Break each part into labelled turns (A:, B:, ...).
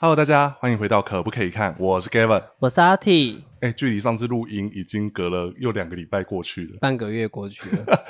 A: Hello，大家欢迎回到可不可以看？我是 Gavin。
B: 我是阿 T，
A: 哎，距离上次录音已经隔了又两个礼拜过去了，
B: 半个月过去 了，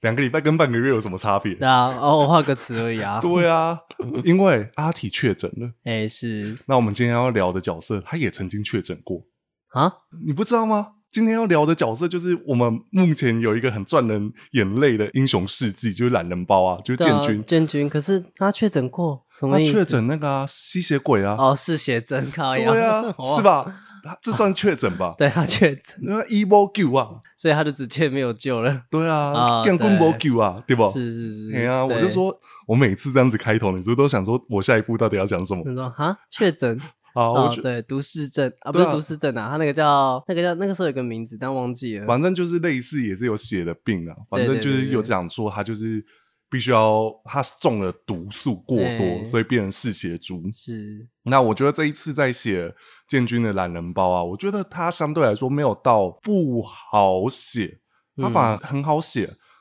A: 两个礼拜跟半个月有什么差 别？
B: 对啊，哦，我换个词而已 啊。
A: 对啊，因为阿体确诊了。
B: 哎、是
A: 那我们今天要聊的角色，他也曾经确诊过，
B: 啊，
A: 你不知道吗？今天要聊的角色就是我们目前有一个很赚人眼泪的英雄事迹，就是懒人包啊，就是
B: 对
A: 建
B: 啊
A: 军，
B: 建军，可是他确诊过，什
A: 他
B: 么意思？
A: 确诊那个啊吸血鬼啊，
B: 哦，是写真靠呀，
A: 对
B: ，
A: 啊
B: 哇
A: 是？吧？他这算确诊吧？
B: 对他确诊，
A: 那 evil Q 啊，
B: 所以他的子健没有救了。
A: 对啊，
B: 啊
A: 干棍
B: 对
A: b Q 啊，对不？
B: 是是是，
A: 哎呀、我
B: 对
A: 就，说，我每次这样子开头，你是不是都想说我下一步到底要讲什么
B: 他说哈确诊
A: 啊？我
B: 嗯哦，
A: 觉得
B: 对，毒氏症啊，不
A: 对
B: 是
A: 啊
B: 毒氏症啊，他那个叫那个叫那个时候有个名字，但忘记了。
A: 反正就是类似也是有血的病啊，反
B: 对
A: 正
B: 对
A: 就是
B: 对
A: 有
B: 对
A: 讲说他就是必须要他中了毒素过多，
B: 对
A: 所以变成嗜血族。
B: 是
A: 那我觉得这一次在写建军的懒人包啊，我觉得他相对来说没有到不好写，
B: 嗯
A: 他反而很好写，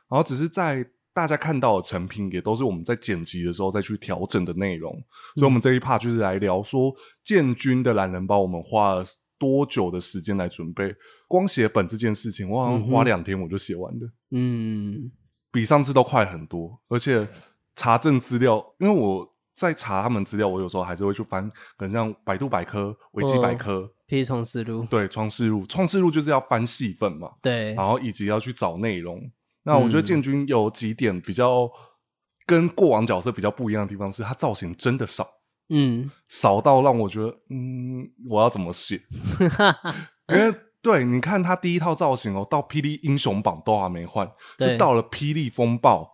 A: 然后只是在。大家看到的成品也都是我们在剪辑的时候再去调整的内容，所以我们这一 part 就是来聊说建军的懒人包，我们花了多久的时间来准备？光写本这件事情，我好像花两天我就写完了。
B: 嗯，
A: 比上次都快很多，而且查证资料，因为我在查他们资料，我有时候还是会去翻，可能像百度百科、维基百科，
B: 砒霜思路，
A: 对，创世录，创世录就是要翻细分嘛，
B: 对
A: 然后以及要去找内容。那我觉得
B: 嗯
A: 建军有几点比较跟过往角色比较不一样的地方是，他造型真的少，
B: 嗯，
A: 少到让我觉得，嗯，我要怎么写？ 因为对，你看他第一套造型哦，到霹雳英雄榜都还没换，
B: 对
A: 是到了霹雳风暴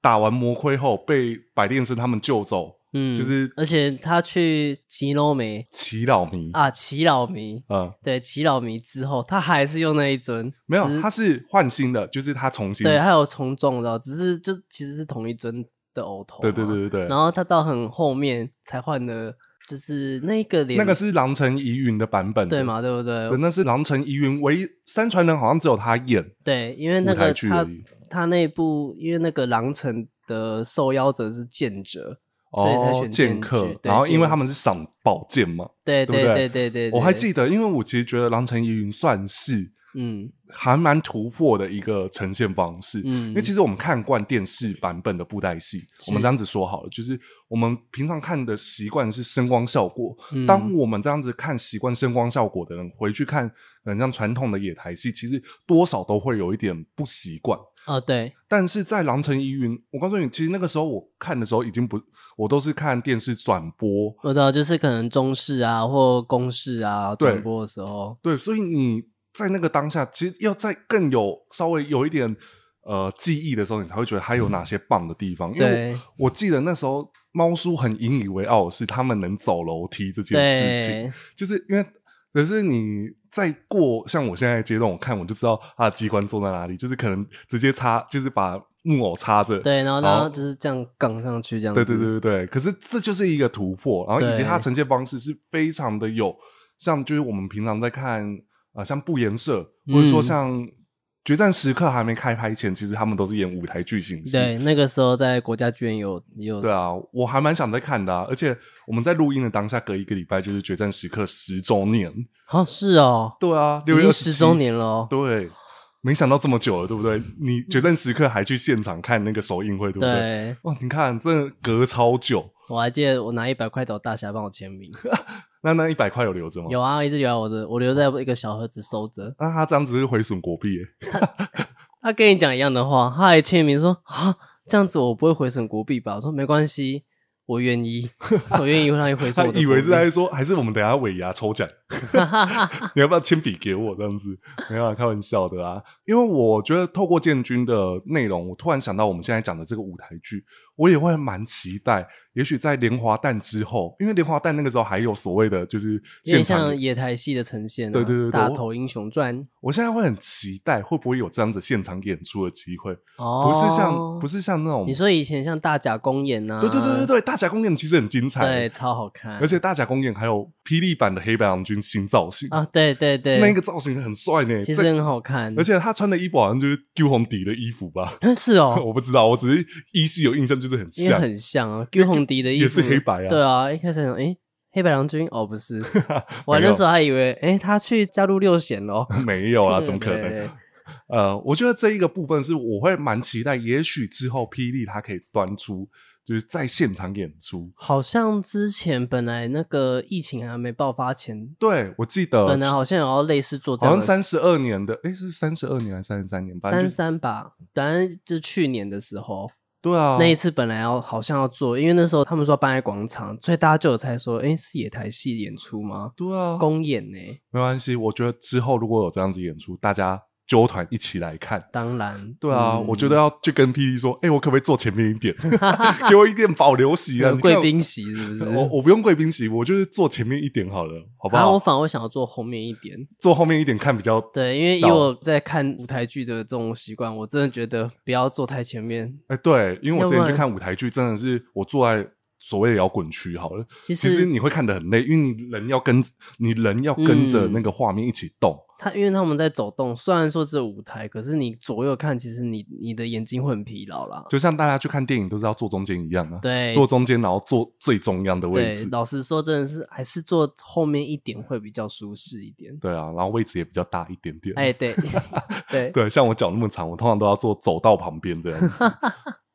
A: 打完魔盔后被百炼生他们救走，
B: 嗯，
A: 就是
B: 而且他去奇老迷
A: 祁老迷啊、
B: 啊，奇老迷，
A: 嗯
B: 对，奇老迷之后，他还是用那一尊，
A: 没有
B: 只，是
A: 他是换新的，就是他重新
B: 对，还有从众的，只是就是其实是同一尊的偶头，
A: 对对对对对
B: 然后他到很后面才换的，就是那个脸，
A: 那个是狼城疑云的版本的
B: 对？嘛，对不对？
A: 对，那是狼城疑云，唯一三传人好像只有他演，
B: 对，因为那
A: 舞台
B: 个
A: 剧而
B: 他
A: 已
B: 他那部，因为那个狼城的受邀者是剑者，所以才
A: 哦
B: 选，
A: 剑
B: 剑
A: 客
B: 剧，对
A: 然后因为
B: 剑
A: 他们是赏宝剑嘛，
B: 对
A: 对不对
B: 对对对，
A: 我还
B: 对，
A: 记得，因为我其实觉得狼城疑云算是
B: 嗯
A: 还蛮突破的一个呈现方式。
B: 嗯，
A: 因为其实我们看惯电视版本的布袋戏，我们这样子说好了，就是我们平常看的习惯是声光效果。
B: 嗯
A: 当我们这样子看习惯声光效果的人，回去看很像传统的野台戏，其实多少都会有一点不习惯。
B: 哦对，
A: 但是在《狼城疑云》，我告诉你，其实那个时候我看的时候已经不，我都是看电视转播，
B: 我知道，就是可能中式啊或公式啊
A: 对
B: 转播的时候，
A: 对，所以你在那个当下，其实要在更有稍微有一点呃记忆的时候，你才会觉得它有哪些棒的地方。因为
B: 对
A: 我我记得那时候猫叔很引以为傲的是他们能走楼梯这件事情，
B: 对，
A: 就是因为可是你再过像我现在的阶段，我看我就知道他的机关做在哪里，就是可能直接插，就是把木偶插着，
B: 对，然后
A: 然后
B: 然后就是这样杠上去这样
A: 对
B: 子，
A: 对对对对，可是这就是一个突破，然后以及
B: 对
A: 它呈现方式是非常的有，像就是我们平常在看啊、呃像不颜社，或者说
B: 嗯
A: 像决战时刻还没开拍前，其实他们都是演舞台剧形式。
B: 对那个时候在国家剧院有有
A: 对啊，我还蛮想再看的、啊，而且我们在录音的当下，隔一个礼拜就是《决战时刻》十周年。
B: 哦是哦，
A: 对啊，
B: 已
A: 六月
B: 经
A: 二
B: 十周。年了哦，
A: 对，没想到这么久了，对不对？你《决战时刻》还去现场看那个首映会，对不对？
B: 对，
A: 哇，你看，这隔超久。
B: 我还记得我拿一百块找大侠帮我签 名，
A: 那那一百块有留着吗？
B: 有啊，一直留在我的，我留在一个小盒子收着。
A: 啊那他这样子是毁损国币 耶，
B: 他跟你讲一样的话，他还签名说啊，这样子我不会毁损国币吧？我说没关系，我 愿意，我愿意让你毁
A: 他
B: 损我的
A: 以为是
B: 国币
A: 在说，还是我们等一下尾牙抽奖， 你要不要铅笔给我这样子？ 没有啊，开玩笑的啊。因为我觉得透过建军的内容，我突然想到我们现在讲的这个舞台剧，我也会蛮期待。也许在莲花蛋之后，因为莲花蛋那个时候还有所谓的就是
B: 有
A: 现
B: 点
A: 场
B: 像野台戏的呈现、啊，
A: 对对对对
B: 大
A: 我
B: 头英雄传
A: 我现在会很期待，会不会有这样子现场演出的机会？
B: 哦，
A: 不是像不是像那种
B: 你，说以前像大甲公演呐、
A: 嗯
B: 啊，
A: 对对对对对，
B: 对，
A: 大甲公演其实很精彩，
B: 超好看，
A: 而且大甲公演还有霹雳版的黑白郎君新造型
B: 啊，对对对，
A: 那个造型很帅呢。
B: 其实
A: 在
B: 很好看，
A: 而且他穿的衣服好像就是丢红底的衣服吧，
B: 嗯是哦，
A: 我不知道，我只是依稀有印象，就是很
B: 因为
A: 像。
B: 很像啊，Q 红迪的衣服
A: 也是黑白啊
B: 对啊，一开始想，诶，黑白郎君哦，不是，我那时候还以为，哎、他去加入六弦喽，
A: 没 有啦，怎么可能？
B: 对
A: 呃，我觉得这一个部分是我会蛮期待，也许之后霹雳他可以端出，就是在现场演出。
B: 好像之前本来那个疫情还没爆发前，
A: 对我记得，
B: 本来好像有要类似做这
A: 呃好
B: 样
A: 像
B: 的
A: 三十二年的，诶，是三十二年还是三十三年？反正
B: 三
A: 就是
B: 三吧，反正就去年的时候，
A: 对啊，
B: 那一次本来要好像要做，因为那时候他们说搬在广场，所以大家就有猜说，哎、是野台戏演出吗？
A: 对啊，
B: 公演呢、
A: 没关系。我觉得之后如果有这样子演出，大家纠团一起来看。
B: 当然，
A: 对啊，
B: 嗯
A: 我觉得要去跟霹雳说，哎诶，我可不可以坐前面一点， 给我一点保留席啊？
B: 有
A: 你看
B: 贵宾席是不是？
A: 我我不用贵宾席，我就是坐前面一点好了，好不
B: 然后
A: 好？
B: 我反而会想要坐后面一点，
A: 坐后面一点看比较。
B: 对，因为以
A: 到
B: 我在看舞台剧的这种习惯，我真的觉得不要坐太前面。
A: 哎、对，因为我之前
B: 要不
A: 去
B: 然
A: 看舞台剧，真的是我坐在所谓的摇滚区好了，
B: 其
A: 其实
B: 实
A: 你会看得很累，因为你人要跟你人要跟着
B: 嗯
A: 那个画面一起动。
B: 他因为他们在走动，虽然说是舞台，可是你左右看，其实你你的眼睛会很疲劳啦。
A: 就像大家去看电影都是要坐中间一样啊，
B: 对，
A: 坐中间然后坐最中央的位
B: 对
A: 置，，
B: 老实说，真的是还是坐后面一点会比较舒适一点。
A: 对啊，然后位置也比较大一点点。
B: 哎， 对对
A: 对，像我脚那么长，我通常都要坐走道旁边这 样子。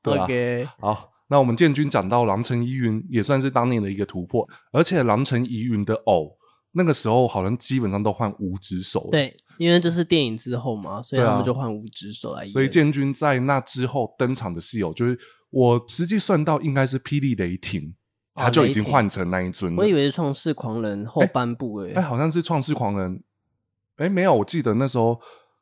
A: 对啊
B: o k
A: 好，那我们建军讲到狼城疑云也算是当年的一个突破，而且狼城疑云的偶那个时候好像基本上都换五指手了，
B: 对，因为这是电影之后嘛，所以
A: 对啊
B: 他们就换五指手来演。
A: 所以建军在那之后登场的戏偶就是我实际算到应该是霹雳雷霆，
B: 哦
A: 他就已
B: 雷
A: 经
B: 霆
A: 换成那一尊了
B: 我以。为是《创世狂人》后半部欸诶、
A: 哎，好像是创世狂人，哎，没有，我记得那时候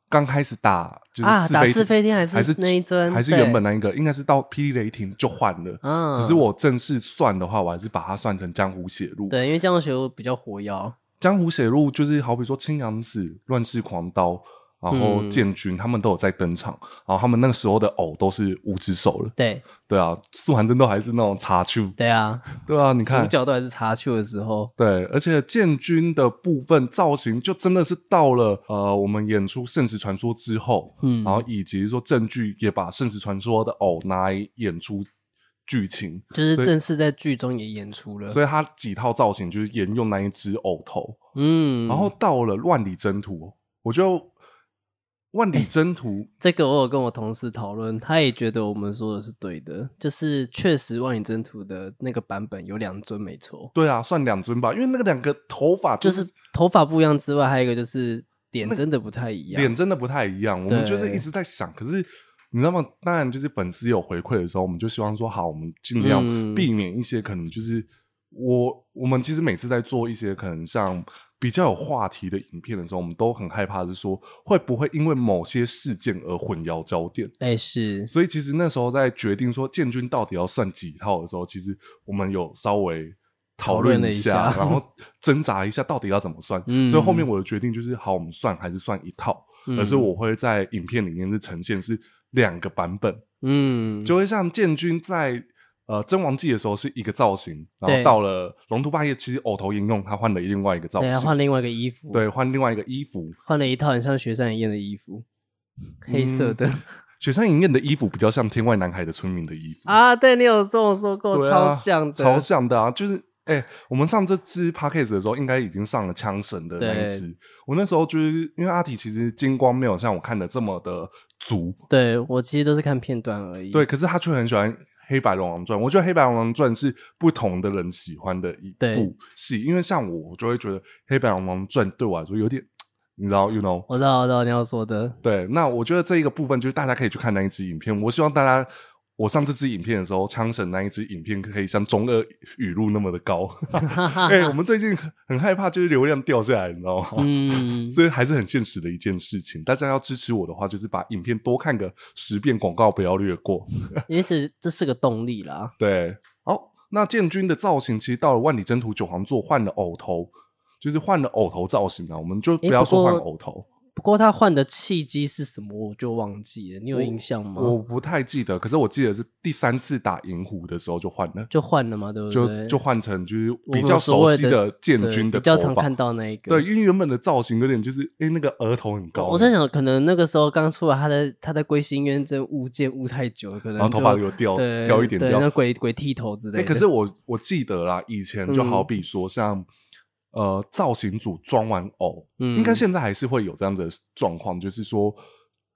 A: 刚开始打就是
B: 啊，打四飞天还
A: 还是
B: 是那一尊，
A: 还是
B: 对
A: 原本那一个，应该是到霹雳雷霆就换了。
B: 啊，
A: 只是我正式算的话，我还是把它算成江湖血路。
B: 对，因为江湖学我比较活跃，
A: 江湖血路就是好比说青阳子、乱世狂刀，然后
B: 嗯
A: 建军、他们都有在登场，然后他们那个时候的偶都是五只手了。
B: 对
A: 对啊，素还真都还是那种茶趣。
B: 对啊，
A: 对啊，你
B: 主
A: 看，
B: 角都还是插去的时候，
A: 对，而且建军的部分造型就真的是到了呃，我们演出《圣石传说》之后，
B: 嗯
A: 然后以及说证据也把《圣石传说》的偶拿来演出剧情，
B: 就是
A: 所以
B: 正式在剧中也演出了，
A: 所以他几套造型就是沿用那一只偶头，
B: 嗯，
A: 然后到了万里征途，哦我就万
B: 哎
A: 里征途，
B: 这个我有跟我同事讨论，他也觉得我们说的是对的，就是确实万里征途的那个版本有两尊没错，
A: 对啊，算两尊吧，因为那个两个头发
B: 就是头发不一样之外，还有一个就是脸真的不太一样，
A: 脸真的不太一样，我们
B: 对
A: 就是一直在想，可是。你知道吗？当然，就是粉丝有回馈的时候，我们就希望说好，我们尽量
B: 嗯
A: 避免一些可能就是我我们其实每次在做一些可能像比较有话题的影片的时候，我们都很害怕是说会不会因为某些事件而混淆焦点。
B: 哎是，
A: 所以其实那时候在决定说建军到底要算几套的时候，其实我们有稍微讨论一下，
B: 讨论了一下
A: 然后挣扎一下到底要怎么算。
B: 嗯
A: 所以后面我的决定就是，好，我们算还是算一套，而
B: 嗯
A: 是我会在影片里面是呈现是两个版本，
B: 嗯，
A: 就会像建军在。呃，真王记的时候是一个造型，然后
B: 对
A: 到了龙图霸业，其实偶头应用他换了另外一个造
B: 对，
A: 型，
B: 换另外一个衣服，，
A: 对，换另外一个衣服。
B: 换了一套很像雪山一样的衣服，
A: 嗯
B: 黑 色的、
A: 雪山银燕的衣服比较像天外男孩的村民的衣服
B: 啊，对你有跟我说过，
A: 对啊
B: 超像的，
A: 超像的啊！就是哎、我们上这支 podcast 的时候，应该已经上了枪神的那一
B: 对
A: 支。我那时候就是因为阿体其实金光没有像我看的这么的足，
B: 对我其实都是看片段而已，
A: 对，可是他却很喜欢。黑白龙王传，我觉得黑白龙王传是不同的人喜欢的一
B: 对
A: 部戏，因为像我，我就会觉得黑白龙王传对我来说有点，你知道，you know，
B: 我知道，我知道你要 说的，
A: 对，那我觉得这一个部分就是大家可以去看那一支影片。我希望大家，我上这支影片的时候，枪神那一支影片可以像中二语录那么的 高。哎、我们最近很害怕就是流量掉下来，你知道吗？
B: 嗯，
A: 这还是很现实的一件事情。大家要支持我的话，就是把影片多看个十遍，广告不要略过。
B: 因为这这是个动力啦，
A: 对，好，那建军的造型其实到了万里征途九皇座换了偶头，就是换了偶头造型啊，我们就不
B: 诶
A: 要
B: 不
A: 说换
B: 过
A: 偶头。
B: 不过他换的契机是什么，我就忘记了，你有印象吗？
A: 我不太记得，可是我记得是第三次打银狐的时候就换了，
B: 就换了嘛，对不
A: 就
B: 对？
A: 就换成就是
B: 我
A: 比
B: 们
A: 较
B: 所
A: 熟
B: 谓
A: 悉的建军的
B: 对比较
A: 头
B: 常
A: 发
B: 看。到那一个。
A: 对，因为原本的造型有点就是，哎、那个额头很高，
B: 我在想，可能那个时候刚出来，他在他在归心院这物件物太久，可能
A: 啊然后头
B: 就
A: 发有掉
B: 对
A: 掉一点
B: 对
A: 掉
B: 那鬼鬼剃头之类
A: 哎、可
B: 的。
A: 是我我记得啦，以前就好
B: 嗯
A: 比说像、呃造型组装完偶，
B: 嗯
A: 应该现在还是会有这样的状况，就是说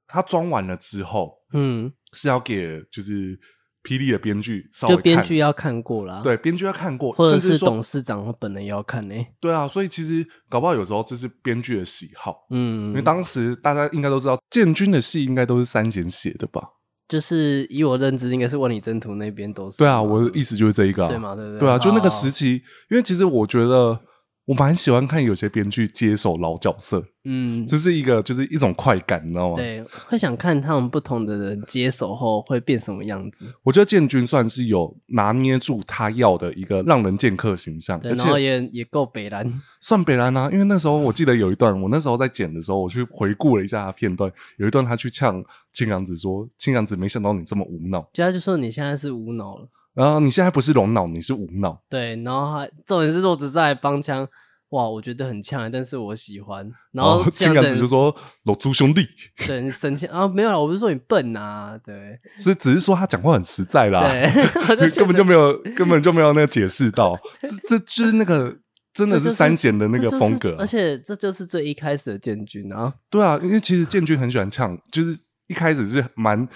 A: 他装完了之后
B: 嗯，
A: 是要给就是霹雳的编剧稍微
B: 就
A: 看，
B: 编剧要看过啦，，
A: 对编剧要看过，
B: 或者
A: 甚至
B: 是
A: 说
B: 董事长本人也要看呢、
A: 对啊，所以其实搞不好有时候这是编剧的喜好。
B: 嗯，
A: 因为当时大家应该都知道，建军的戏应该都是三贤写的吧？
B: 就是以我认知，应该是万里征途那边都是嘛。
A: 对啊，我的意思就是这一个、啊。
B: 对嘛，对不哦对？
A: 对啊，就那个时
B: 期，
A: 期，因为其实我觉得我蛮喜欢看有些编剧接手老角色，
B: 嗯，
A: 这是一个就是一种啊快感，你知道吗？
B: 对，会想看他们不同的人接手后会变什么样子，
A: 我觉得建军算是有拿捏住他要的一个让人见客形象，
B: 对，
A: 而
B: 然后
A: 且
B: 也也够北蓝，
A: 算北兰啊，因为那时候我记得有一段，我那时候在剪的时候，我去回顾了一下他片段，有一段他去呛青阳子说：“青阳子，没想到你这么无脑，
B: 就他就说你现在是无脑了，
A: 然后你现在不是龙脑，你是无脑。”
B: 对，然后还重点是弱子在帮腔，哇，我觉得很呛，欸但是我喜欢，然后这
A: 青
B: 样
A: 阳
B: 子
A: 子就说：“老朱兄弟，
B: 很生气啊，没有啦，我不是说你笨啊， 对
A: 只只是说他讲话很实在啦。”
B: 对， 我就觉
A: 啊根本
B: 得
A: 就没有，根本就没有那个解释到，这这就是那个真的
B: 这就是
A: 三姐的那
B: 这
A: 个
B: 就是
A: 风格啊、
B: 而且这就是最一开始的建军啊，
A: 对啊，因为其实建军很喜欢呛，就是一开始是蛮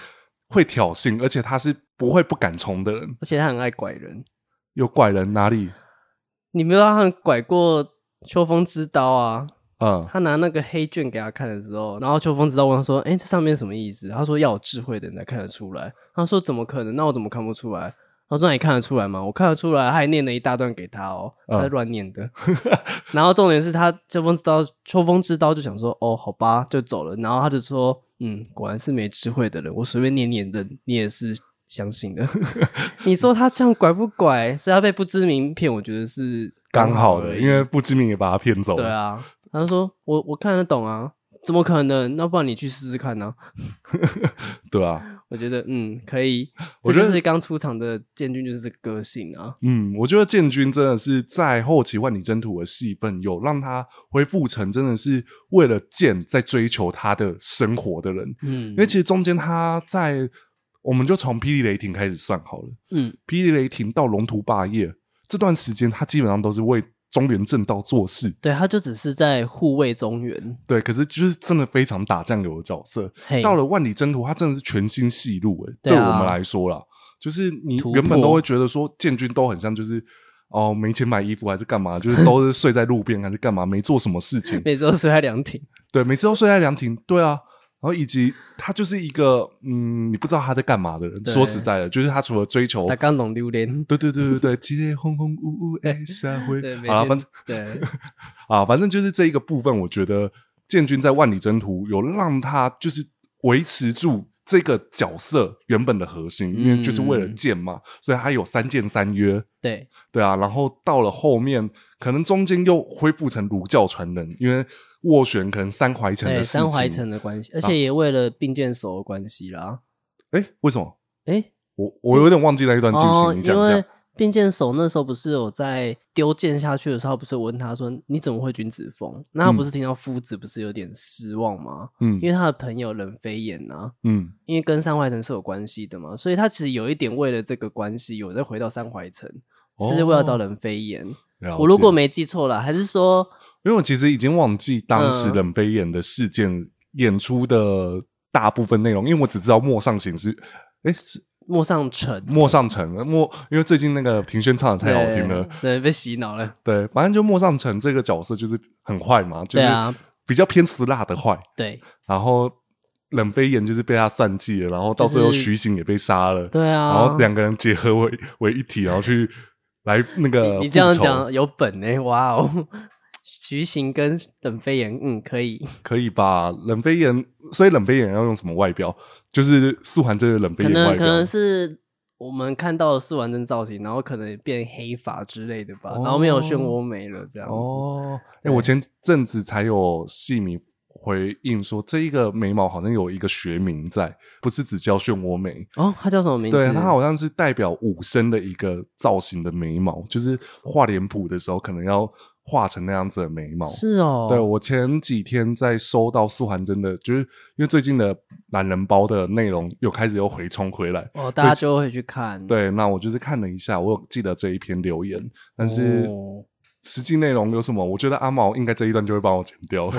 A: 会挑衅，而且他是不会不敢冲的人，
B: 而且他很爱拐人，
A: 有拐人哪里？
B: 你没有让他拐过秋风之刀啊，
A: 嗯，
B: 他拿那个黑卷给他看的时候，然后秋风知道问他说：“哎、这上面什么意思？”他说：“要有智慧的人才看得出来。”他说：“怎么可能？那我怎么看不出来？”他说：“那你看得出来吗？我看得出来。”他还念了一大段给他哦，
A: 嗯
B: 他在乱念的。 然后重点是他秋风知道，秋风知道就想说：“哦，好吧，就走了。”然后他就说：“嗯，果然是没智慧的人，我随便念念的，你也是相信 的。”你说他这样拐不拐？所以他被不知名骗，我觉得是
A: 刚好的，
B: 而已
A: 因为不知名也把他骗走了。
B: 对啊，他就说我我看得懂啊，怎么可能？那不然你去试试看呢、
A: 对啊，
B: 我觉得嗯，可以。
A: 我
B: 这
A: 觉
B: 就
A: 得
B: 是刚出场的建军就是这个个性啊。
A: 嗯，我觉得建军真的是在后期万里征途的戏份，有让他恢复成真的是为了剑在追求他的生活的人，
B: 嗯，
A: 因为其实中间他在，我们就从霹雳雷霆开始算好了。
B: 嗯
A: 霹雳雷霆到龙图霸业这段时间，他基本上都是为中原正道做事。
B: 对，他就只是在护卫中原。
A: 对，可是就是真的非常打酱油的角色。
B: 嘿，
A: 到了万里征途，他真的是全新戏路、欸。
B: 对啊
A: 我们来说啦，就是你
B: 突破
A: 原本都会觉得说建军都很像，就是哦没钱买衣服还是干嘛，就是都是睡在路边还是干嘛，没做什么事 情。
B: 每周睡在凉亭，
A: 对，每次都睡在凉亭。对啊，然后以及他就是一个嗯，你不知道他在干嘛的人。
B: 对
A: 说实在的，就是他除了追求
B: 他刚懂 榴莲。
A: 对对对对 对，今天轰轰呜呜哎，下回
B: 对，每
A: 好了，
B: 天
A: 反正
B: 对，
A: 啊，反正就是这一个部分，我觉得建军在万里征途有让他就是维持住这个角色原本的核心，因为就是为了
B: 嗯
A: 剑嘛，所以他有三剑三约，
B: 对，
A: 对啊，然后到了后面，可能中间又恢复成儒教传人，因为斡旋可能三怀城的
B: 对，
A: 事
B: 三怀
A: 情，啊
B: 城的关系，而且也为了并剑手的关系啦。
A: 哎，为什么？
B: 哎，
A: 我我有点忘记那一段剧情，
B: 哦，
A: 你讲
B: 因
A: 一
B: 为
A: 下。
B: 并剑手那时候不是有在丢剑下去的时候，他不是有问他说你怎么会君子风？那他不是听到夫子不是有点失望吗？
A: 嗯
B: 因为他的朋友冷飞燕啊，
A: 嗯，
B: 因为跟三槐城是有关系的嘛，所以他其实有一点为了这个关系，有再回到三槐城，是为了找冷飞燕。
A: 哦了
B: 我如
A: 解
B: 果没记错了，还是说
A: 因为我其实已经忘记当时
B: 嗯
A: 冷飞演的事件演出的大部分内容，因为我只知道陌上行是，哎，是
B: 陌上城
A: 陌上城陌，因为最近那个庭轩唱的太好听了，
B: 对，对，被洗脑了。
A: 对，反正就陌上城这个角色就是很坏嘛，就
B: 对
A: 是
B: 啊
A: 比较偏死辣的坏，
B: 对
A: 然后冷飞演就是被他算计了，然后到最后
B: 就是
A: 徐行也被杀了，
B: 对
A: 然
B: 啊，
A: 后两个人结合为为一体，然后去来那个
B: 你你这样
A: 复仇
B: 讲有本呢、哇哦！ 徐行跟等飞言，嗯，可以，
A: 可以吧？冷飞眼，所以冷飞眼要用什么外表？就是素还真的冷飞
B: 可
A: 眼
B: 能
A: 外
B: 可
A: 表。
B: 能是我们看到的是完整造型，然后可能变黑发之类的吧，然后没有漩涡眉了这样。哦，
A: 哦，哎、我前阵子才有戏迷回应说，这一个眉毛好像有一个学名在，不是只叫漩涡眉。
B: 哦，他叫什么名字？
A: 对，啊它好像是代表武生的一个造型的眉毛，就是画脸谱的时候可能要画成那样子的眉毛。
B: 是哦，
A: 对我前几天在收到素涵真的，就是因为最近的懒人包的内容又开始又回冲回来。
B: 哦，大家就会去看，，
A: 对，那我就是看了一下，我有记得这一篇留言，但是
B: 哦、
A: 实际内容有什么，我觉得阿毛应该这一段就会帮我剪掉，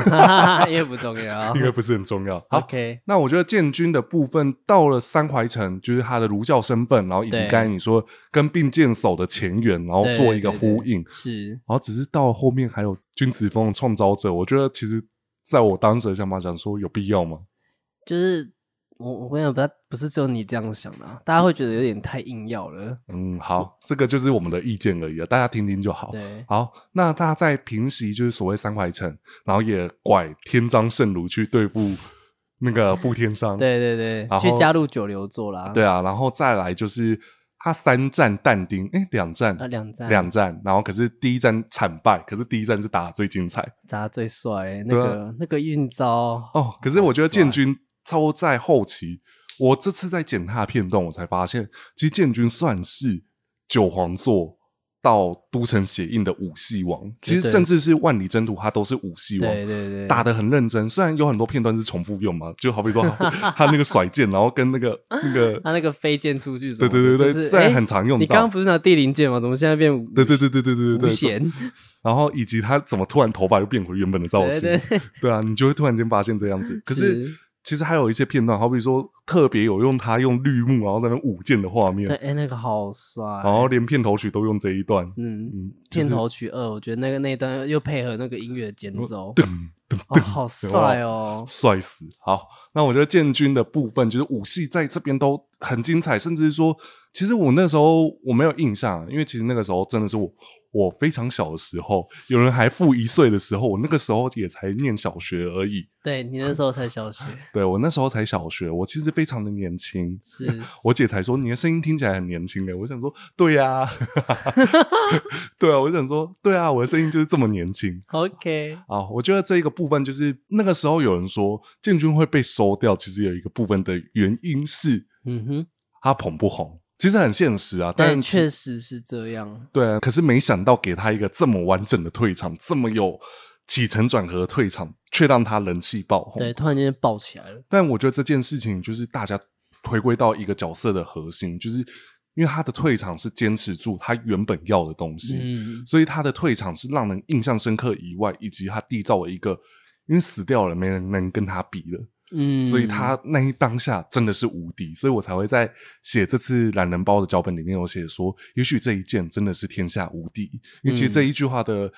B: 也不重 要
A: 应。该不是很重要。好，
B: 啊 OK，
A: 那我觉得建军的部分到了三怀城，就是他的儒教身份，然后以及
B: 对
A: 刚才你说跟并剑手的前缘，然后
B: 对
A: 做一个
B: 对对
A: 呼应。
B: 是
A: 然后只是到后面还有君子风的创造者，我觉得其实在我当时的想法想说有必要吗？
B: 就是我我跟你讲，不不是只有你这样想的、啊，大家会觉得有点太硬要了。
A: 嗯，好，这个就是我们的意见而已啊，大家听听就好。
B: 对，
A: 好，那他在平息就是所谓三怀城，然后也拐天章圣炉去对付那个傅天商。
B: 对对
A: 然
B: 对，
A: 后
B: 去加入九流座啦。
A: 对啊，然后再来就是他三战但丁，哎，两战
B: 啊，两战
A: 两战，然后可是第一战惨败，可是第一战是打得最精彩
B: 砸最帅、欸，那
A: 对啊
B: 个那个运招，
A: 哦。可是我觉得
B: 好帅
A: 建军差不多在后期，我这次在剪他的片段，我才发现，其实建军算是九皇座到都城血印的武系王，其实
B: 对
A: 甚至是万里征途，他都是武系王。
B: 对对对，
A: 打得很认真，虽然有很多片段是重复用嘛，就好比 说他他那个甩剑，然后跟那个那个，
B: 他那个飞剑出去什
A: 对
B: 么的，
A: 对对
B: 就
A: 对，
B: 是
A: 虽然
B: 欸
A: 很常用
B: 你刚
A: 到
B: 刚，不是拿地灵剑吗？怎么现在变
A: 对对对对对对
B: 无
A: 对对，
B: 弦？
A: 然后以及他怎么突然头发又变回原本的造型，
B: 对对对，
A: 对啊，你就会突然间发现这样 子。可是
B: 是
A: 其实还有一些片段，好比说特别有用他用绿幕，然后在那边舞剑的画面
B: 对，，哎，那个好帅，
A: 然后连片头曲都用这一段，
B: 嗯，
A: 嗯，就是嗯
B: 片头曲二，我觉得那个那一段又配合那个音乐的节奏，
A: 噔
B: 哦，好帅哦，
A: 帅死！好，那我觉得建军的部分就是武戏在这边都很精彩，甚至是说，其实我那时候我没有印象，因为其实那个时候真的是我我非常小的时候，有人还负一岁的时候，我那个时候也才念小学而已，
B: 对你那时候才小学，
A: 对我那时候才小学，我其实非常的年轻。
B: 是
A: 我姐才说你的声音听起来很年轻诶、欸我想说对呀、 对啊，我想说对啊，我的声音就是这么年轻。
B: OK，
A: 啊，我觉得这一个部分就是那个时候有人说建军会被收掉，其实有一个部分的原因是
B: 嗯哼，
A: 他捧不红，其实很现实啊，但
B: 但
A: 其
B: 确实是这样，
A: 对啊，可是没想到给他一个这么完整的退场，这么有起承转合的退场，却让他人气爆红。
B: 对，突然间爆起来了，
A: 但我觉得这件事情就是大家回归到一个角色的核心，就是因为他的退场是坚持住他原本要的东西，
B: 嗯，
A: 所以他的退场是让人印象深刻以外，以及他缔造了一个，因为死掉了，没人能跟他比了，
B: 嗯，
A: 所以他那一当下真的是无敌，所以我才会在写这次懒人包的脚本里面有写说，也许这一剑真的是天下无敌，因为其实
B: 嗯
A: 这一句话的。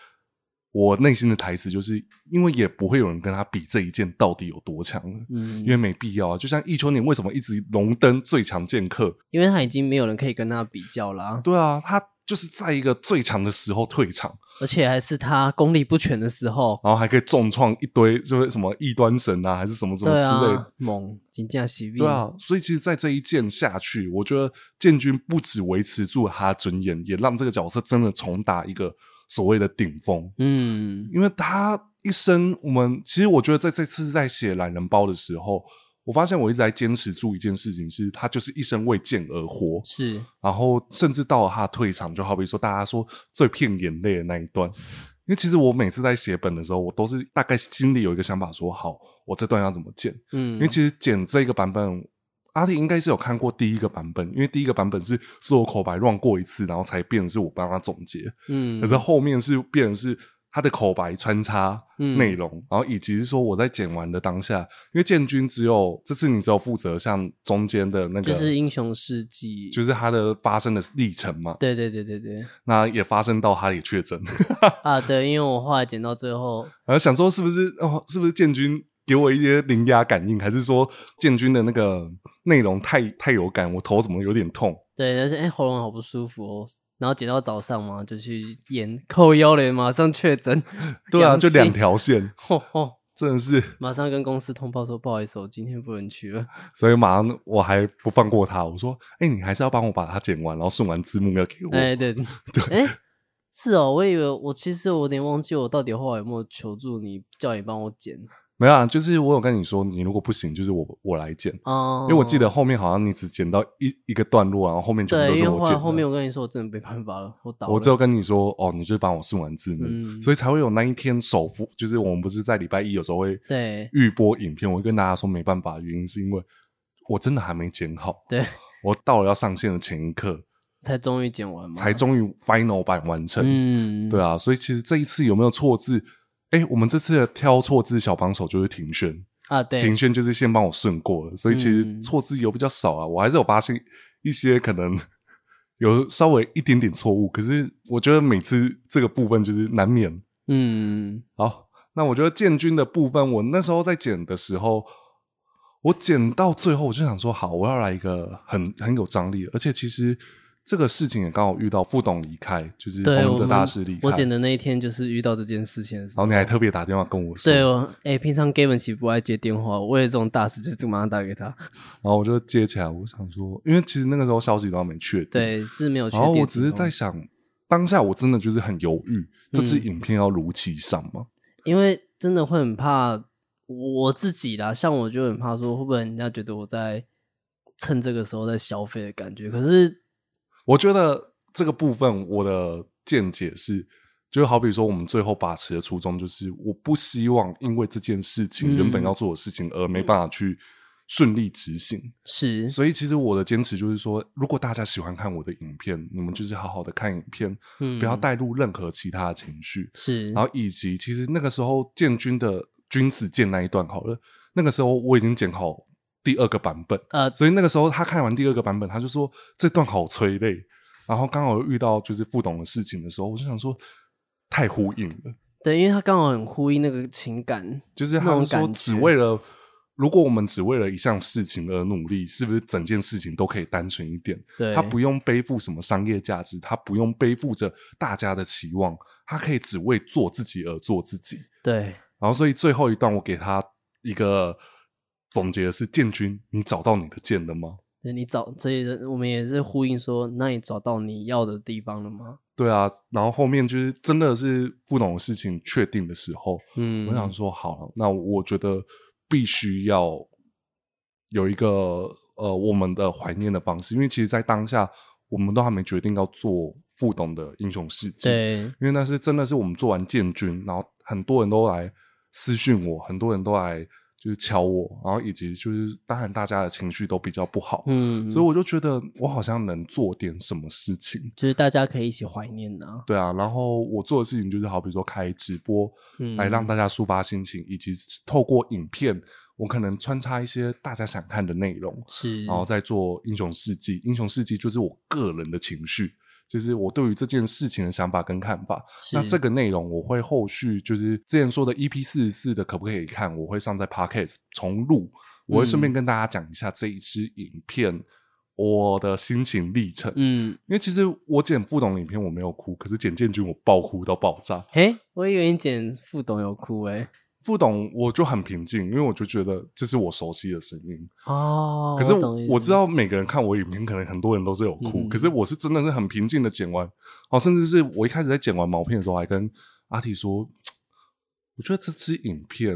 A: 我内心的台词就是，因为也不会有人跟他比这一剑到底有多强了，
B: 嗯
A: 因，为没必要啊。就像易秋年为什么一直荣登最强剑客？
B: 因为他已经没有人可以跟他比较啦，
A: 对啊，他就是在一个最强的时候退场，
B: 而且还是他功力不全的时候，
A: 然后还可以重创一堆就是什么异端神啊，还是什么什么
B: 对
A: 之类的。
B: 啊，猛，金价喜力，
A: 对啊，所以其实，在这一剑下去，我觉得建军不止维持住他的尊严，也让这个角色真的重达一个所谓的顶峰。
B: 嗯，
A: 因为他一生，我们其实我觉得在这次在写懒人包的时候，我发现我一直在坚持住一件事情是，他就是一生为剑而活。
B: 是，
A: 然后甚至到了他的退场，就好比说大家说最骗眼泪的那一段，因为其实我每次在写本的时候，我都是大概心里有一个想法说，好，我这段要怎么剪？
B: 嗯，
A: 因为其实剪这个版本，阿弟应该是有看过第一个版本，因为第一个版本是所有口白乱过一次，然后才变成是我帮他总结，
B: 嗯，
A: 可是后面是变成是。他的口白穿插
B: 嗯
A: 内容，然后以及是说我在剪完的当下，因为建军只有这次你只有负责像中间的那个，
B: 就是英雄事迹，
A: 就是是他的发生的历程嘛。
B: 对对对对对
A: 那也发生到他也确诊，
B: 啊，对，因为我后来剪到最后，
A: 然后想说是不是哦，是不是建军给我一些灵压感应，还是说建军的那个内容太太有感，我头怎么有点痛？，
B: 对，但是哎、喉咙好不舒服哦，然后剪到早上嘛，就去验扣腰嘞，马上确诊
A: 对啊，
B: 阳
A: 就
B: 性
A: 两，条线，
B: 吼吼，
A: 真的是，
B: 马上跟公司通报说不好意思，我今天不能去了，
A: 所以马上我还不放过他，我说，哎、你还是要帮我把它剪完，然后送完字幕要给我。
B: 哎、对对，哎、是哦，我以为我其实我有点忘记我到底后来有没有求助你，叫你帮我剪，
A: 没有啊，就是我有跟你说，你如果不行，就是我我来剪，
B: 哦
A: 因为我记得后面好像你只剪到一一个段落，然后后面全部
B: 对，
A: 都
B: 因
A: 是
B: 为
A: 我
B: 后
A: 剪
B: 来
A: 的。
B: 后面我跟你说，我真的没办法了，我倒了。
A: 我只有跟你说，哦，你就帮我顺完字幕，
B: 嗯
A: 所以才会有那一天首播。就是我们不是在礼拜一有时候会
B: 对
A: 预播影片，我会跟大家说没办法，原因是因为我真的还没剪好，
B: 对，
A: 我到了要上线的前一刻
B: 才终于剪完嘛，
A: 才终于 final 版完成。
B: 嗯，
A: 对啊，所以其实这一次有没有错字？哎，我们这次的挑错字小帮手就是庭轩，
B: 啊，对，
A: 庭轩就是先帮我顺过了，所以其实
B: 嗯
A: 错字有比较少啊。我还是有发现一些可能有稍微一点点错误，可是我觉得每次这个部分就是难免。
B: 嗯，
A: 好，那我觉得建军的部分，我那时候在剪的时候，我剪到最后我就想说，好，我要来一个很 很有张力的，而且其实。这个事情也刚好遇到副董离开，就是
B: 对，
A: 洪
B: 我
A: 泽
B: 们
A: 大师离开。
B: 我剪的那一天就是遇到这件事情的时
A: 然后
B: 候。
A: 你还特别打电话跟我说，
B: 对
A: 然
B: 哦，哎、平常 Gavin 其实不爱接电话，我为了这种大事就是马上打给他。
A: 后我就接起来，我想说，因为其实那个时候消息都还没确定，，
B: 对，是没有去。
A: 然哦后我只是在，想，当下我真的就是很犹豫，这支
B: 嗯
A: 影片要如期上吗？
B: 因为真的会很怕我自己啦，像我就很怕说会不会人家觉得我在趁这个时候在消费的感觉。可是，
A: 我觉得这个部分我的见解是，就好比说我们最后把持的初衷就是，我不希望因为这件事情
B: 嗯
A: 原本要做的事情而没办法去顺利执行。
B: 是
A: 所以其实我的坚持就是说，如果大家喜欢看我的影片，你们就是好好的看影片，
B: 嗯
A: 不要带入任何其他的情绪。
B: 是，
A: 然后以及其实那个时候建军的君子剑那一段好了，那个时候我已经剪好第二个版本，
B: 呃，
A: 所以那个时候他看完第二个版本，他就说这段好催泪。然后刚好遇到就是副董的事情的时候，我就想说太呼应了，
B: 对，因为他刚好很呼应那个情感，
A: 就是他们
B: 那种
A: 说
B: 感觉
A: 只为了。如果我们只为了一项事情而努力，是不是整件事情都可以单纯一点？
B: 对，
A: 他不用背负什么商业价值，他不用背负着大家的期望，他可以只为做自己而做自己。
B: 对，
A: 然后所以最后一段我给他一个总结的是：建军，你找到你的剑了吗？
B: 对你找，所以我们也是呼应说，那你找到你要的地方了吗？
A: 对啊，然后后面就是真的是不懂的事情确定的时候，
B: 嗯，
A: 我想说好了，那我觉得必须要有一个呃我们的怀念的方式，因为其实，在当下我们都还没决定要做副董的英雄事迹，
B: 对，
A: 因为那是真的是我们做完建军，然后很多人都来私讯我，很多人都来就是敲我，然后以及就是当然大家的情绪都比较不好，
B: 嗯，
A: 所以我就觉得我好像能做点什么事情。
B: 就是大家可以一起怀念呐、啊，
A: 对啊，然后我做的事情就是好比说开直播
B: 嗯，
A: 来让大家抒发心情，以及透过影片，我可能穿插一些大家想看的内容，
B: 是，
A: 然后再做英雄事迹。英雄事迹就是我个人的情绪，就是我对于这件事情的想法跟看法。
B: 是
A: 那这个内容我会后续就是之前说的 EP 四十四的可不可以看，我会上在 Podcast 重录，我会顺
B: 嗯
A: 便跟大家讲一下这一支影片、我的心情历程。
B: 嗯，
A: 因为其实我剪副董影片我没有哭，可是剪建军我爆哭到爆炸。
B: 嘿，我以为你剪副董有哭 哎、
A: 副董我就很平静，因为我就觉得这是我熟悉的声音。
B: 哦，
A: 可是
B: 懂
A: 我
B: 意
A: 我
B: 思
A: 知，道每个人看我影片，可能很多人都是有哭，
B: 嗯
A: 可是我是真的是很平静的剪完，哦，甚至是我一开始在剪完毛片的时候，还跟阿体说，我觉得这支影片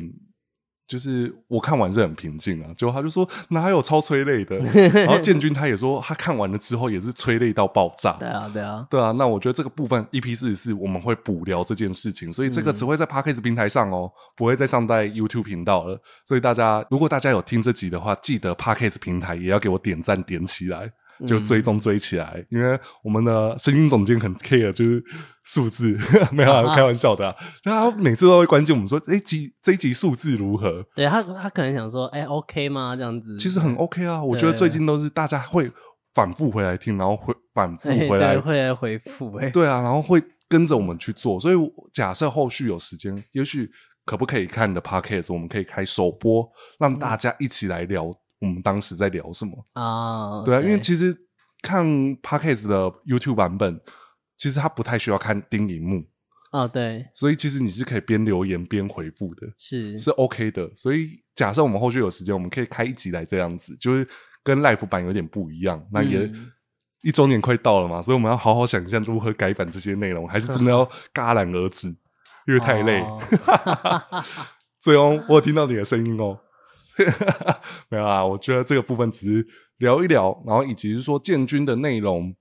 A: 就是我看完是很平静啊，结果他就说哪有超催泪的，然后建军他也说他看完了之后也是催泪到爆炸
B: 对。啊，对啊，
A: 对啊，那我觉得这个部分 EP 四十四我们会补聊这件事情，所以这个
B: 嗯
A: 只会在 Podcast 平台上哦，不会再上在 YouTube 频道了。所以大家如果大家有听这集的话，记得 Podcast 平台也要给我点赞点起来，就
B: 嗯
A: 追踪追起来，因为我们的声音总监很 care 就是数字， 没有、啊、开玩笑的、啊，就他每次都会关心我们说，哎，集这一集数字如何？
B: 对他他可能想说，哎、o k 吗？这样子，
A: 其实很 OK 啊，我觉得
B: 嗯对
A: 最近都是大家会反复回来听，然后会反复
B: 哎
A: 回来
B: 对会来回复哎、
A: 对啊，然后会跟着我们去做。所以我假设后续有时间，也许可不可以看你的 podcast，我们可以开首播，让大家一起来聊我们当时在聊什么。
B: 啊，
A: 对啊，因为其实看 podcast 的 YouTube 版本，其实它不太需要看盯荧幕，
B: 啊，对，
A: 所以其实你是可以边留言边回复的，
B: 是
A: 是 OK 的。所以假设我们后续有时间，我们可以开一集来这样子，就是跟 l i f e 版有点不一样。那也。
B: 嗯
A: 一周年快到了嘛，所以我们要好好想一下如何改版 这些内容，还是真的要戛然而止，因为太累。
B: 哦
A: 所以哦，我有听到你的声音哦。 没有啊，我觉得这个部分只是聊一聊，然后以及是说建军的内容。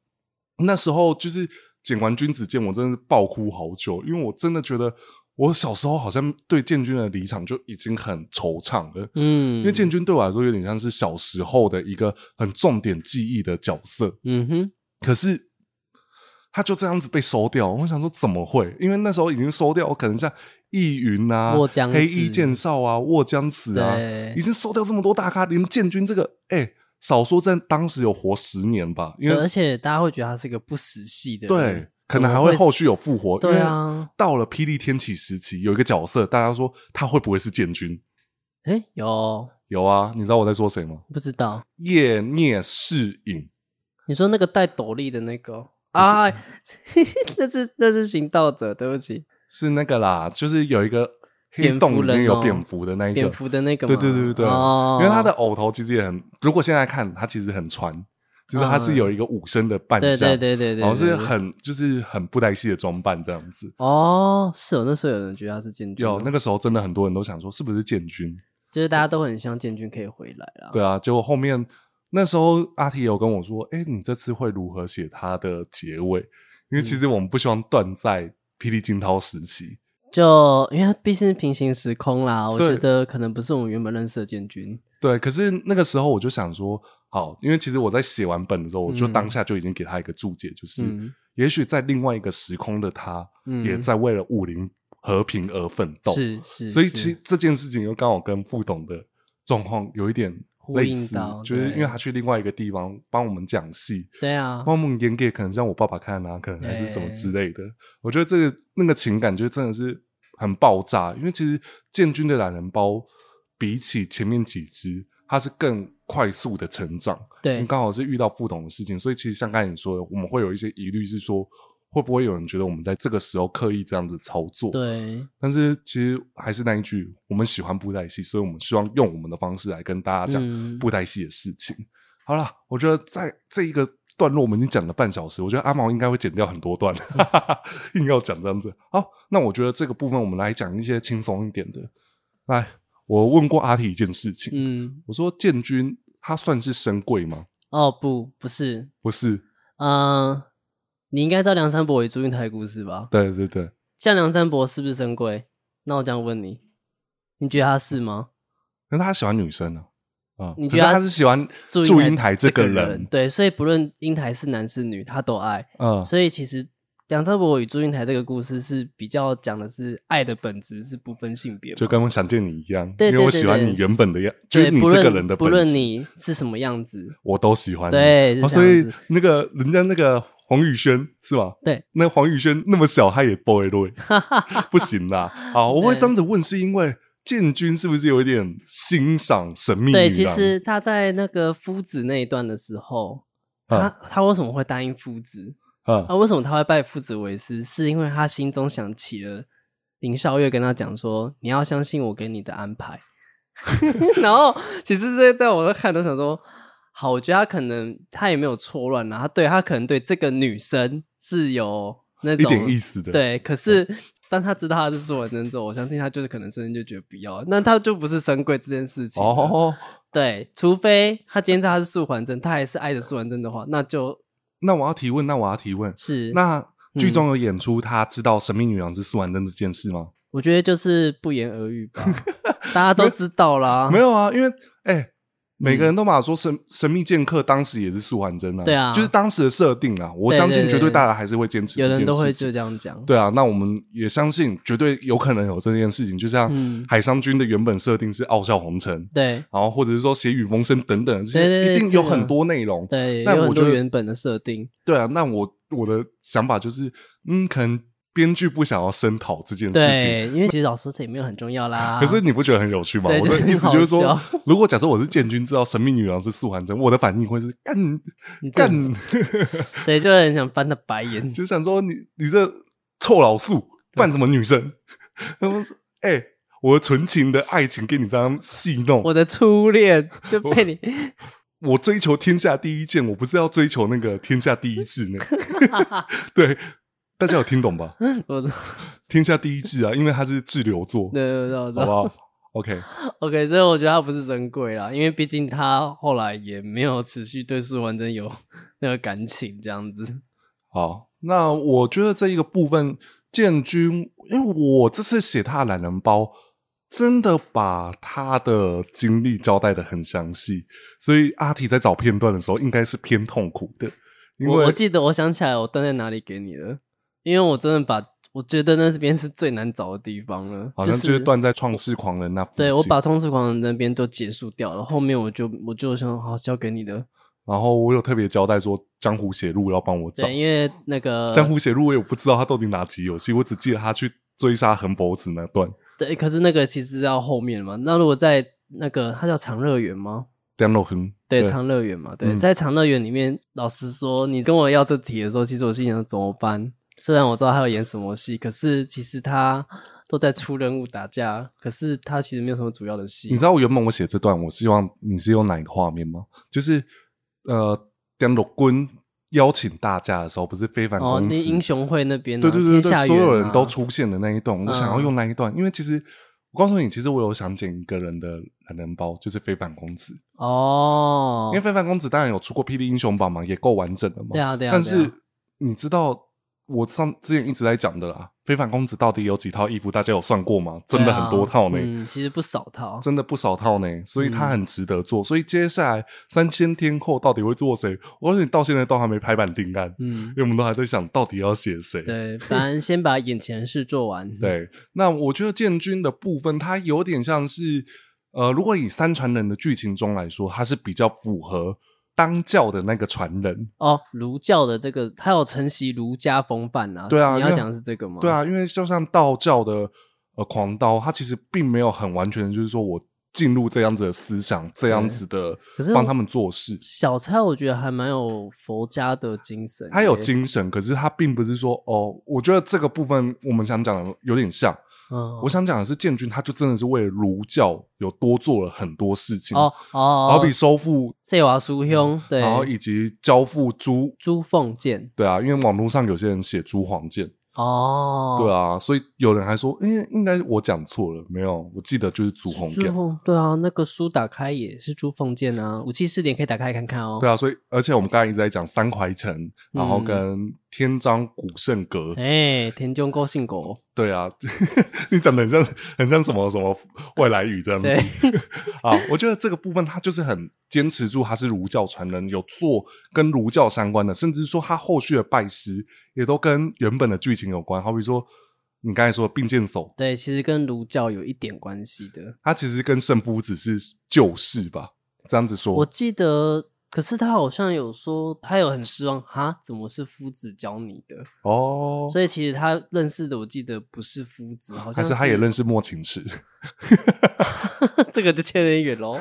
A: 那时候就是剪完《君子剑》，我真的是爆哭好久，因为我真的觉得我小时候好像对建军的离场就已经很惆怅了。
B: 嗯，
A: 因为建军对我来说有点像是小时候的一个很重点记忆的角色，
B: 嗯哼，
A: 可是他就这样子被收掉。我想说怎么会？因为那时候已经收掉，可能像易云啊、
B: 沃江子
A: 黑衣剑少啊、沃江子啊，
B: 对
A: 已，经收掉这么多大咖，连建军这个，哎、少说在当时有活十年吧，因为
B: 对而且大家会觉得他是一个不死系的
A: 对
B: 人，，
A: 可能还
B: 怎么
A: 会
B: 会
A: 后续有复活。
B: 对啊，
A: 到了霹雳天启时期，有一个角色，大家说他会不会是建军？
B: 哎，有
A: 有啊，你知道我在说谁吗？
B: 不知道？
A: 叶聂世隐，
B: 你说那个戴斗笠的那个啊， 那是那是行道者，对不起，
A: 是那个啦，就是有一个黑
B: 蝙蝠
A: 洞里面
B: 人
A: 有
B: 哦
A: 蝙蝠的那一个，
B: 蝙蝠的那个吗，
A: 对对对对对，
B: 哦，
A: 因为他的偶头其实也很，如果现在看，他其实很传，就是他是有一个武生的扮
B: 嗯对
A: 相，
B: 对对对对，
A: 然后哦是
B: 对对
A: 很就是很布袋戏的装扮这样子。
B: 哦，是有那时候有人觉得他是建军哦，
A: 有那个时候真的很多人都想说是不是建军？
B: 就是大家都很希望建军可以回来啦。
A: 对啊，结果后面那时候阿 T 也有跟我说，哎、你这次会如何写他的结尾？因为
B: 嗯
A: 其实我们不希望断在霹雳惊涛时期，
B: 就因为它毕竟是平行时空啦，我
A: 对
B: 觉得可能不是我们原本认识的建军。
A: 对。可是那个时候我就想说，好，因为其实我在写完本的时候，我就
B: 嗯
A: 当下就已经给他一个注解，就是、
B: 嗯
A: 也许在另外一个时空的他，
B: 嗯
A: 也在为了武林和平而奋斗。
B: 是是，
A: 所以
B: 是
A: 其实这件事情又刚好跟副董的状况有一点
B: 呼
A: 类
B: 应
A: 似
B: 到，
A: 就是因为
B: 对
A: 他去另外一个地方帮我们讲戏，
B: 对啊
A: 帮，我们演给可能让我爸爸看啊，可能还是什么
B: 对
A: 之类的。我觉得这个那个情感就真的是很爆炸，因为其实建军的懒人包比起前面几支，它是更快速的成长。因为
B: 对
A: 刚好是遇到副董的事情，所以其实像刚才你说的，我们会有一些疑虑，是说会不会有人觉得我们在这个时候刻意这样子操作？
B: 对，
A: 但是其实还是那一句，我们喜欢布袋戏，所以我们希望用我们的方式来跟大家讲
B: 嗯
A: 布袋戏的事情。好啦，我觉得在这一个段落我们已经讲了半小时，我觉得阿毛应该会剪掉很 多段，硬要讲这样子。好，那我觉得这个部分我们来讲一些轻松一点的。来，我问过阿体一件事情，
B: 嗯，
A: 我说建军他算是深贵吗？
B: 哦不不是，
A: 不是，
B: 嗯，你应该知道梁山伯与祝英台的故事吧？
A: 对对对，
B: 像梁山伯是不是神龟？那我这样问你，你觉得他是吗？
A: 可是他喜欢女生啊，啊、
B: 你
A: 可
B: 觉
A: 是
B: 得
A: 他是喜欢祝
B: 祝
A: 英台这个
B: 个
A: 人，
B: 对，所以不论英台是男是女，他都爱。
A: 嗯，
B: 所以其实梁山伯与祝英台这个故事是比较讲的是爱的本质是不分性别嘛，
A: 就跟我想见你一样，
B: 对对
A: 因为我
B: 对
A: 喜欢
B: 对
A: 你原本的样，就是
B: 对，
A: 你
B: 不
A: 这
B: 论
A: 个人的
B: 不
A: 本
B: 论
A: 质，
B: 你是什么样子，
A: 我都喜欢你。
B: 对是
A: 哦
B: 这
A: 所
B: 样
A: 以
B: 子
A: 那个人家那个黄宇轩是吧？
B: 对，
A: 那黄宇轩那么小，他也 boy 对，不行啦。好，我会
B: 对
A: 这样子问，是因为建军是不是有一点欣赏神秘女郎？
B: 对，其实他在那个夫子那一段的时候，他
A: 啊
B: 他为什么会答应夫子？
A: 啊，
B: 啊，为什么他会拜夫子为师？是因为他心中想起了林少月跟他讲说：“你要相信我给你的安排。” 然后其实这一段我都看都想说，好，我觉得他可能他也没有错乱啊，他对他可能对这个女生是有那
A: 一
B: 种
A: 点意思的。，嗯
B: 对，可是当他知道他是素人之后，我相信他就是可能瞬间就觉得不要，那他就不是神贵这件事情了。
A: 哦，
B: 对，除非他今天知道他是素还真，他还是爱着素还真的话，那就
A: 那我要提问，那我要提问，
B: 是嗯
A: 那剧中有演出他知道神秘女郎是苏婉珍这件事吗？
B: 我觉得就是不言而喻 吧，大家都知道啦。
A: 没
B: 有，
A: 有啊，因为哎、每个人都嘛说神《神秘剑客》当时也是素还真啊，
B: 嗯对啊
A: 就是当时的设定啊，我相信绝对大家还是会坚持
B: 有
A: 这件事情
B: 人都会就这样讲。
A: 对啊，那我们也相信绝对有可能有这件事情，就像
B: 嗯
A: 海商君的原本设定是傲笑红尘，
B: 对
A: 然后或者是说血雨风声等等，这些
B: 对对对
A: 一定有
B: 这个
A: 很多内容。
B: 对，
A: 但
B: 有
A: 我
B: 很
A: 觉
B: 多
A: 得
B: 原本的设定。
A: 对啊，那我我的想法就是，嗯，可能编剧不想要声讨这件事情，
B: 对，因为其实老师这也没有很重要啦。
A: 可是你不觉得很有趣吗？
B: 啊对
A: 我
B: 就
A: 的
B: 是
A: 意
B: 很
A: 思
B: 好
A: 就是说
B: 笑，
A: 如果假设我是建军，知道神秘女郎是素还真，我的反应会是干
B: 你这
A: 干，
B: 对，就很想翻他白眼。
A: 就想说你你这臭老素扮什么女生？ 然后说哎、我的纯情的爱情给你这样戏弄，
B: 我
A: 我
B: 的初恋就被你，
A: 追求天下第一剑，我不是要追求那个天下第一志 呢？对，大家有听懂吧？
B: 我
A: 天下第一志啊，因为它是滞留作，
B: 对对对，
A: 好
B: 我知
A: 不
B: 道
A: 好？ OK，
B: OK，所以我觉得它不是珍贵啦，因为毕竟他后来也没有持续对苏完真有 那个感情这样子。
A: 好，那我觉得这一个部分，建军，因为我这次写他的懒人包，真的把他的经历交代的很详细，所以阿提在找片段的时候，应该是偏痛苦的，因
B: 我
A: 为
B: 我记得，我想起来我断在哪里给你了，因为我真的把我觉得那边是最难找的地方了，
A: 好像
B: 就
A: 就是断在创世狂人那附近。
B: 对我把《冲刺狂人》那边都结束掉了，后面我就我就想好交给你的，
A: 然后我有特别交代说江湖写路要帮我找
B: 对，因为那个
A: 江湖写路，我也不知道他到底哪集有戏，我只记得他去追杀横脖子那段。
B: 对，可是那个其实要后面嘛。那如果在那个它叫长乐园吗？
A: Dan 洛亨
B: 对，长乐园嘛，对，
A: 嗯
B: 在长乐园里面，老实说，你跟我要这题的时候，其实我心想怎么办？ 虽然我知道他要演什么戏，可是其实他都在出任务打架，可是他其实没有什么主要的戏。
A: 你知道我原本我写这段，我希望你是用哪一个画面吗？就是呃，Dan 洛坤邀请大家的时候，不是非凡
B: 哦，
A: 公
B: 那
A: 子、
B: 英雄会那边、啊，
A: 对对对
B: 天
A: 对，
B: 下
A: 所
B: 园
A: 有人
B: 啊
A: 都出现的那一段，我想要
B: 嗯
A: 用那一段，因为其实我告诉你，其实我有想剪一个人的懒人包，就是非凡公子，
B: 哦
A: 因为，非凡公子当然有出过《霹雳英雄榜》嘛，也够完整了嘛。
B: 对啊对啊，
A: 但
B: 对啊
A: 是你知道我上之前一直在讲的啦，非凡公子到底有几套衣服？大家有算过吗？真的很多套呢，
B: 对啊嗯，其实不少套。
A: 真的不少套呢，所以
B: 嗯
A: 他很值得做。所以接下来三千天后到底会做谁？我告诉你，到现在都还没拍板定案，
B: 嗯
A: 因，为我们都还在想到底要写谁。
B: 对，嗯反正先把眼前的事做完。，
A: 对，那我觉得建军的部分，它有点像是，呃，如果以三传人的剧情中来说，它是比较符合当教的那个传人，
B: 哦，儒教的这个，它有承袭儒家风范啊。
A: 对啊
B: 你要
A: 因为
B: 讲的是这个吗？
A: 对，啊，因为就像道教的呃狂刀，它其实并没有很完全，就是说我进入这样子的思想，这样子的
B: 可是
A: 帮
B: 我
A: 他们做事。
B: 小蔡我觉得还蛮有佛家的精神耶，
A: 他有精神，可是他并不是说哦，我觉得这个部分我们想讲的有点像。
B: 嗯，
A: 我想讲的是，建军他就真的是为了儒教有多做了很多事情，
B: 哦哦，
A: 好比收复，
B: 塞瓦苏兄，对，
A: 然后以及交付朱，
B: 朱凤剑，
A: 对啊，因为网络上有些人写朱黄剑，
B: 哦，
A: 对啊，所以有人还说，应应该我讲错了，没有，我记得就是朱红
B: 朱
A: 剑，
B: 凤，对啊，那个书打开也是朱凤剑啊，武器试点可以打开看看哦。
A: 对啊，所以而且我们刚才一直在讲三槐城，然
B: 嗯
A: 后跟天章古圣阁，
B: 哎，田中勾信狗，
A: 对啊， 你讲的很像很像什么什么外来语这样子
B: 对
A: 啊。我觉得这个部分他就是很坚持住，他是儒教传人，有做跟儒教相关的，甚至说他后续的拜师也都跟原本的剧情有关，好比说你刚才说的并剑手，
B: 对，其实跟儒教有一点关系的。
A: 他其实跟圣夫子是旧事吧，这样子说，
B: 我记得，可是他好像有说，他有很失望，哈，怎么是夫子教你的？
A: 哦，
B: 所以其实他认识的，我记得不是夫子，好
A: 还
B: 像
A: 是他也认
B: 识，
A: 识莫秦池，
B: 这个就欠得远喽。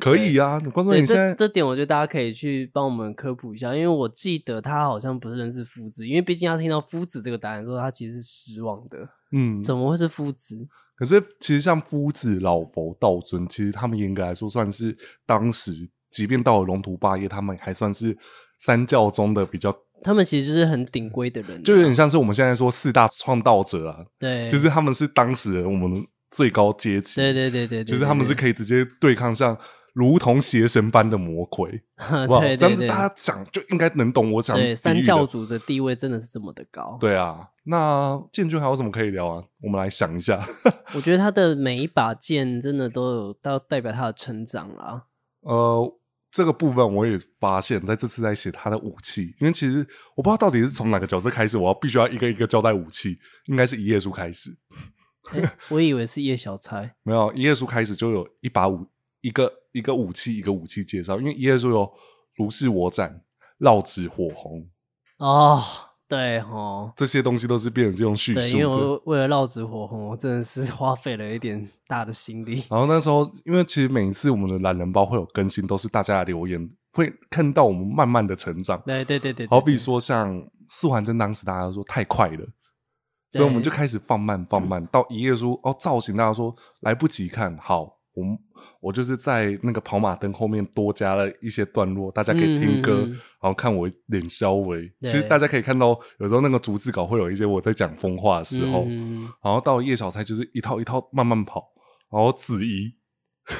A: 可以啊。你光说
B: 对，
A: 你现在
B: 这这点我觉得大家可以去帮我们科普一下，因为我记得他好像不是认识夫子，因为毕竟他听到夫子这个答案之后，他其实是失望的，
A: 嗯，
B: 怎么会是夫子？
A: 可是其实像夫子、老佛、道尊，其实他们严格来说算是当时，即便到了龙图霸业，他们还算是三教中的比较，
B: 他们其实就是很顶规的人啊，
A: 就有点像是我们现在说四大创道者啊，
B: 对，
A: 就是他们是当时的我们最高阶级，
B: 对对对对对，
A: 就是他们是
B: 对
A: 可以直接对抗像如同邪神般的魔鬼，好不好？
B: 呃对
A: 这样
B: 对
A: 子
B: 对
A: 大家讲就应该能懂我讲
B: 对三教
A: 教
B: 主的地位真的是这么的高，
A: 对啊。那建军还有什么可以聊啊？我们来想一下。
B: 我觉得他的每一把剑真的都有到代表他的成长啦。
A: 呃，这个部分我也发现，在这次在写他的武器，因为其实我不知道到底是从哪个角色开始，我要必须要一个一个交代武器，应该是一页书开始，
B: 诶我以为是叶小钗，
A: 没有一页书开始就有一把武，一个一个武器，一个武器介绍，因为一页书有如是我斩、绕指火红
B: 哦，对哦吼，
A: 这些东西都是变成是用叙
B: 对，
A: 述
B: 因为
A: 的。
B: 我为了绕指火红，我真的是 花费了一点大的心力。
A: 然后那时候，因为其实每一次我们的懒人包会有更新，都是大家的留言，会看到我们慢慢的成长。
B: 对对对对，对
A: 好比
B: 对
A: 说像素还真当时大家都说太快了，所以我们就开始放慢放慢，到一页书哦造型大家说来不及看好。我们我就是在那个跑马灯后面多加了一些段落，大家可以听歌，
B: 嗯嗯嗯
A: 然后看我脸稍微。其
B: 对
A: 实大家可以看到，有时候那个逐哦字稿会有一些我在讲疯话的时候，
B: 嗯
A: 然后到叶小钗就是一套一套慢慢跑，然后子怡，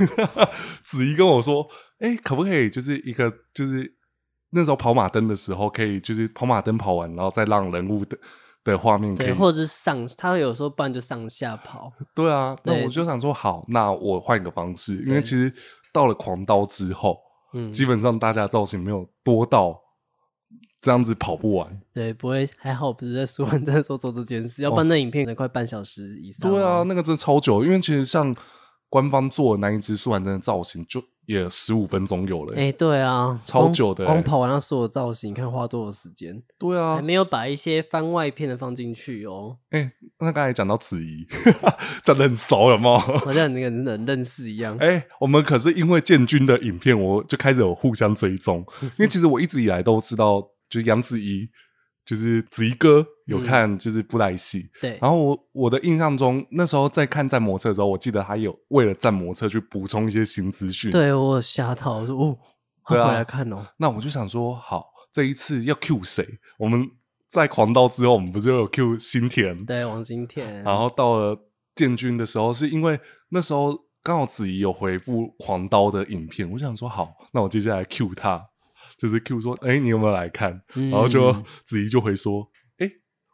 A: 子怡跟我说，哎、可不可以就是一个就是那时候跑马灯的时候，可以就是跑马灯跑完，然后再让人物的的画面可以
B: 对，或者是上，他有时候不然就上下跑，
A: 对啊，那
B: 对
A: 我就想说，好，那我换一个方式，因为
B: 对
A: 其实到了狂刀之后，
B: 嗯，
A: 基本上大家造型没有多到这样子跑不完。
B: 对，不会还好，不是在书完再说做这件事，要不然那影片可能快半小时以上。
A: 哦
B: 哦
A: 对啊，，那个真的超久，因为其实像官方做的那一只素还真的造型，就也十五分钟有了、欸
B: 哎、对啊，
A: 超
B: 光
A: 久的欸
B: 光跑完那所有造型，你看花多少时间，
A: 对啊
B: 还，没有把一些番外片的放进去哦。
A: 哎、那刚才讲到子怡， 讲的很熟了吗？
B: 好像你那个人认识一样。
A: 哎、我们可是因为建军的影片，我就开始有互相追踪，因为其实我一直以来都知道，就是杨子怡，就是子怡哥有看就是布莱戏，
B: 对，
A: 然后我我的印象中，那时候在看战魔车的时候，我记得他有为了战魔车去补充一些新资讯，，
B: 对我有吓到，我说哦，他
A: 对啊
B: 回来看哦，
A: 那我就想说，好，这一次要 Q 谁？我们在狂刀之后，我们不就有 Q 新田，
B: 对，王金田，
A: 然后到了建军的时候，是因为那时候刚好子怡有回复狂刀的影片，我就想说好，那我接下来 Q 他，就是 Q 说，哎、你有没有来看？
B: 嗯
A: 然后就子怡就回说，哎、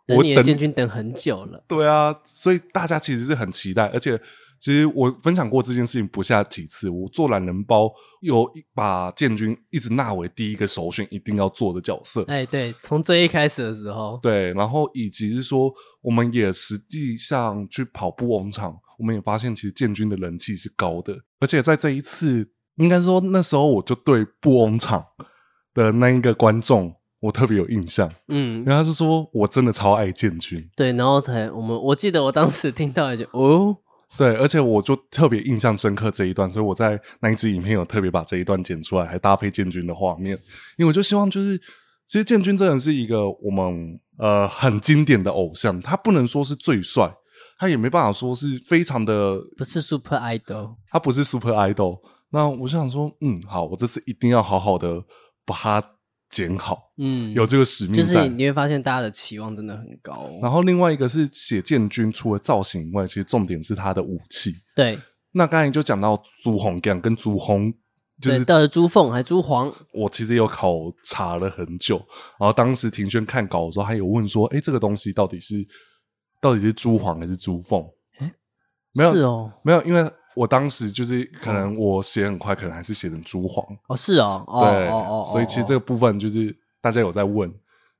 B: 等
A: 我
B: 你的
A: 等
B: 建军等很久 了，
A: 对啊，所以大家其实是很期待，而且其实我分享过这件事情不下几次，我做懒人包有一把建军一直纳为第一个首选一定要做的角色。
B: 哎，对，从最一开始的时候，
A: 对，然后以及是说，我们也实际上去跑步王场，我们也发现其实建军的人气是高的，而且在这一次，应该说那时候我就对布翁场的那一个观众，我特别有印象，
B: 嗯，
A: 然后他就说我真的超爱建军，
B: 对，然后才我们，我记得我当时听到也就哦，
A: 对，而且我就特别印象深刻这一段，所以我在那一支影片有特别把这一段剪出来，还搭配建军的画面，因为我就希望就是，其实建军真的是一个我们呃很经典的偶像，他不能说是最帅，他也没办法说是非常的，
B: 不是 Super Idol，
A: 他不是 super idol。那我就想说，嗯，好，我这次一定要好好的把它剪好，
B: 嗯，
A: 有这个使命在。
B: 就是你会发现大家的期望真的很高，哦
A: 然后另外一个是写建军，除了造型以外，其实重点是他的武器。
B: 对，
A: 那刚才就讲到朱红酱跟朱红，就
B: 对，
A: 是
B: 到了朱凤还朱黄，
A: 我其实有考察了很久，然后当时庭轩看稿的时候，他有问说：“哎，这个东西到底是到底是朱黄还是朱凤？”没有
B: 是哦，
A: 没有，因为我当时就是可能我写很快，可能还是写成朱黄，
B: 哦是哦，哦
A: 对，
B: 哦哦，
A: 所以其实这
B: 个
A: 个部分就是大家有在问。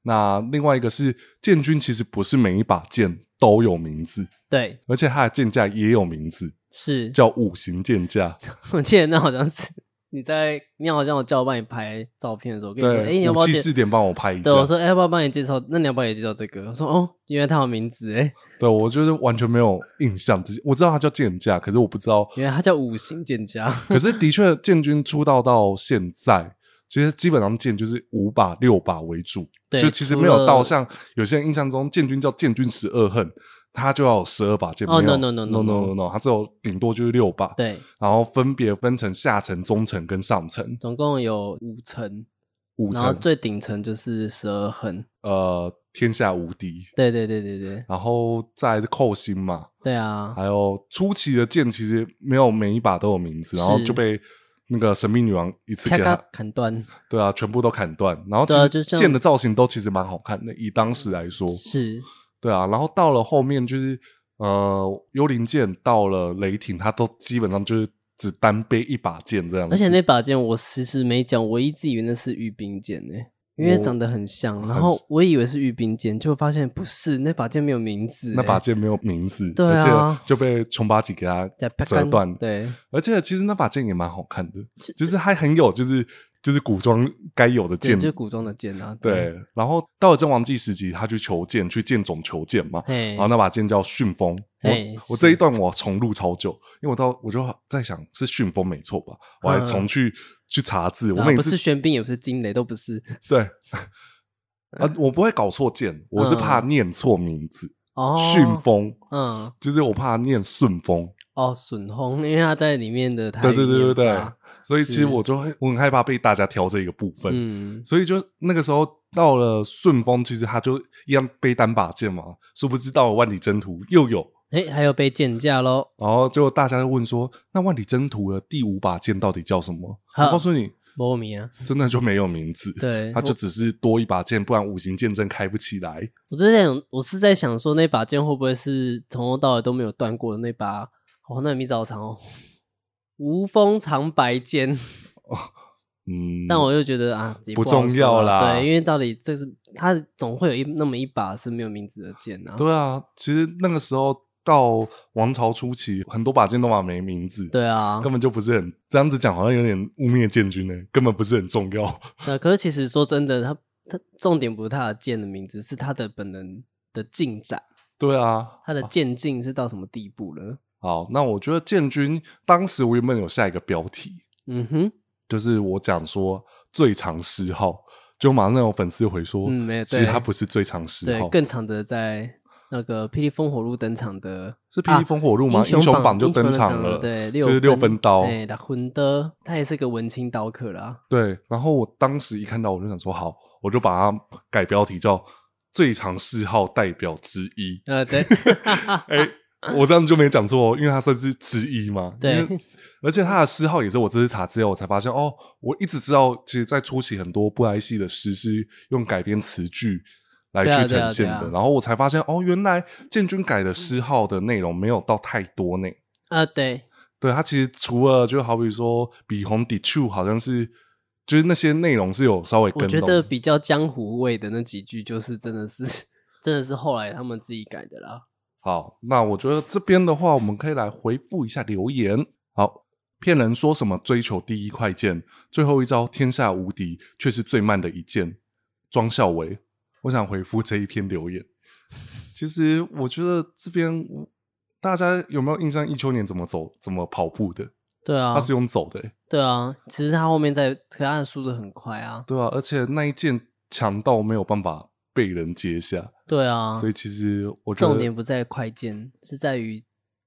A: 那另外一个是剑军，其实不是每一把剑都有名字，
B: 对
A: 而且它的剑架也有名字，
B: 是，
A: 叫五行剑架。
B: 我记得那好像是你在，你好像我叫我帮你拍照片的时候，我跟你说，哎、
A: 对，
B: 你要不
A: 武
B: 要
A: 器
B: 介
A: 试点帮我拍一下。
B: 对，我说，哎、要不要帮你介绍？那你要不要也介绍这个？我说，哦，原来他有名字，哎，
A: 对，我就是完全没有印象，只是我知道他叫剑架，可是我不知道。
B: 原来他叫五行剑家，
A: 可是的确，建军出道到现在，其实基本上剑就是五把六把为主，
B: 对
A: 就其实
B: 除
A: 没有到
B: 了
A: 像有些人印象中，建军叫建军十二恨，他就要有十二把剑。
B: 哦
A: 没有
B: no, no, no,
A: no
B: no,
A: no no no，他只有顶多就是六把，
B: 对，
A: 然后分别分成下层、中层跟上层。
B: 总共有五层，
A: 五
B: 然后
A: 层
B: 最顶层就是十二横，
A: 呃，天下无敌。
B: 对对对对对
A: 然后再来是扣心嘛，
B: 对啊，
A: 还有初期的剑其实没有每一把都有名字，然后
B: 是
A: 就被那个啊神秘女王一次
B: 咔
A: 给
B: 咔
A: 它，
B: 砍断
A: 对啊，全部都砍断。然后
B: 对啊
A: 其实
B: 就像
A: 剑的造型都其实蛮好看的，以当时来说，
B: 是，
A: 对啊。然后到了后面就是呃，幽灵剑到了雷霆，它都基本上就是只单背一把剑这样子，
B: 而且那把剑我其实没讲，我一直以为那是御兵剑呢、因为
A: 我
B: 长得很像，然
A: 很
B: 后我以为是御兵剑，就发现不是，那把剑没有名字、
A: 那把
B: 欸
A: 剑没有名字，
B: 对
A: 而
B: 啊
A: 且就被琼巴吉给它
B: 在啪
A: 折
B: 干
A: 断。，
B: 对，
A: 而且其实那把剑也蛮好看的，就是它很有就是就是古装该有的
B: 对，
A: 剑
B: 就是古装的剑啊。
A: 对，，然后到了真王纪时期，他去求剑，去剑冢求剑嘛，
B: 嘿
A: 然后，那把剑叫旋风。我
B: 嘿
A: 我
B: 哎是
A: 这一段我重录超久，因为我到我就在想是旋风没错吧，我还重去、去查字，我
B: 嗯啊
A: 每
B: 不
A: 次
B: 是玄冰，也不是惊雷，都不是。
A: 对 啊，我不会搞错剑，我是怕念错名字，
B: 嗯哦，
A: 旋、风
B: 嗯，
A: 就是我怕念顺风，
B: 哦，损轰，因为他在里面的台
A: 对对
B: 语
A: 对对
B: 念
A: 对
B: 法，
A: 所以其实
B: 哎是
A: 我就会我很害怕被大家挑这一个部分，
B: 嗯，
A: 所以就那个时候到了顺风，其实他就一样背单把剑嘛，殊不知到了万里征途又有
B: 哎、还有被见价喽，
A: 然后结果大家就问说，那万里征途的第五把剑到底叫什么？
B: 好
A: 我告诉你，
B: 波米啊，
A: 真的就没有名字，
B: 对，
A: 它就只是多一把剑，不然五行剑阵开不起来。
B: 我之前我是在想说，那把剑会不会是从头到尾都没有断过的那把？哦，那米早长哦，无锋长白剑。
A: 嗯，
B: 但我又觉得啊，也
A: 不
B: 好
A: 重
B: 说
A: 要啦
B: 啦。对，因为到底这是它总会有一那么一把是没有名字的剑啊。
A: 对啊，其实那个时候到王朝初期，很多把剑都把没名字，
B: 对啊，
A: 根本就不是很这样子讲，好像有点污蔑建军呢、欸根本不是很重要。
B: 那啊可是其实说真的，它它重点不是它的剑的名字，是它的本能的进展，
A: 对啊，
B: 它的剑进是到什么地步了？
A: 好，那我觉得建军当时我原本有下一个标题，
B: 嗯哼，
A: 就是我讲说最长十号，就马上有粉丝回说，
B: 嗯没有
A: 其实
B: 对
A: 他不是最长十
B: 对
A: 号，，
B: 更长的在那个霹雳烽火路登场的
A: 是霹雳烽火路嘛，
B: 啊
A: 英雄榜就
B: 英雄
A: 登场
B: 了，
A: 了，
B: 对，
A: 就是六分刀，
B: 哎，打魂的，他也是个文青刀客啦。
A: 对。然后我当时一看到我就想说，好，我就把它改标题叫最长四号代表之一。
B: 呃，对，
A: 哎、 我这样就没讲错哦，因为它算是之一嘛。
B: 对
A: 因为，而且它的诗号也是我这次查资料我才发现哦，我一直知道，其实在初期很多布莱希的诗是用改编词句来
B: 对啊
A: 去
B: 对啊
A: 呈现的，
B: 对啊嗯
A: 然后我才发现哦，原来建军改的诗号的内容没有到太多呢。
B: 呃，对，
A: 对，它其实除了就好比说比红抵触，好像是就是那些内容是有稍微
B: 我
A: 跟
B: 觉
A: 动的。
B: 得比较江湖味的那几句，就是真的是真的是后来他们自己改的啦。
A: 好，那我觉得这边的话，我们可以来回复一下留言。好，骗人说什么追求第一快剑，最后一招天下无敌，却是最慢的一剑。庄孝维，我想回复这一篇留言。其实我觉得这边大家有没有印象一秋年怎么走、怎么跑步的？
B: 对啊
A: 他，是用走的、欸
B: 对啊，其实他后面在，可他输的很快啊。
A: 对啊，而且那一剑强到没有办法被人接下，
B: 对啊
A: 所，以其实我觉得
B: 重点不在快剑，是在于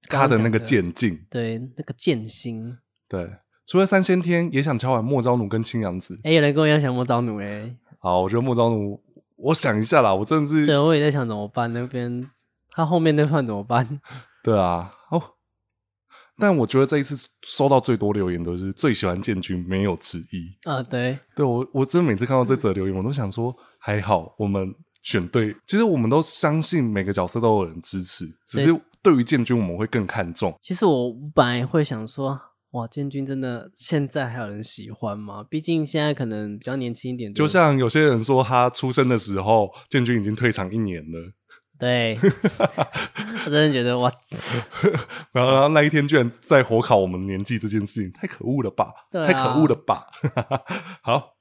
A: 他的
B: 刚刚
A: 那
B: 讲
A: 个
B: 的，
A: 剑劲。
B: 对，那个剑心。
A: 对，除了三先天，也想敲完莫昭奴跟青阳子。
B: 哎，有人跟我一样想摸招奴哎，
A: 好，我觉得莫昭奴，我想一下啦，我真的是
B: 对我也在想怎么办，那边他后面那段怎么办？
A: 对啊，哦。但我觉得这一次收到最多留言都是最喜欢建军，没有之一。
B: 啊，对，
A: 对我，我真的每次看到这则留言，我都想说，还好我们选对。其实我们都相信每个角色都有人支持，只是对于建军我们会更看重。
B: 其实我本来会想说，哇，建军真的现在还有人喜欢吗？毕竟现在可能比较年轻一点的，
A: 就啊像有些人说，他出生的时候，建军已经退场一年了，
B: 对， 我真的觉得哇，
A: 然后，然后那一天居然在火烤我们年纪这件事情，太可恶了吧！
B: 对啊
A: 太可恶了吧！ 好，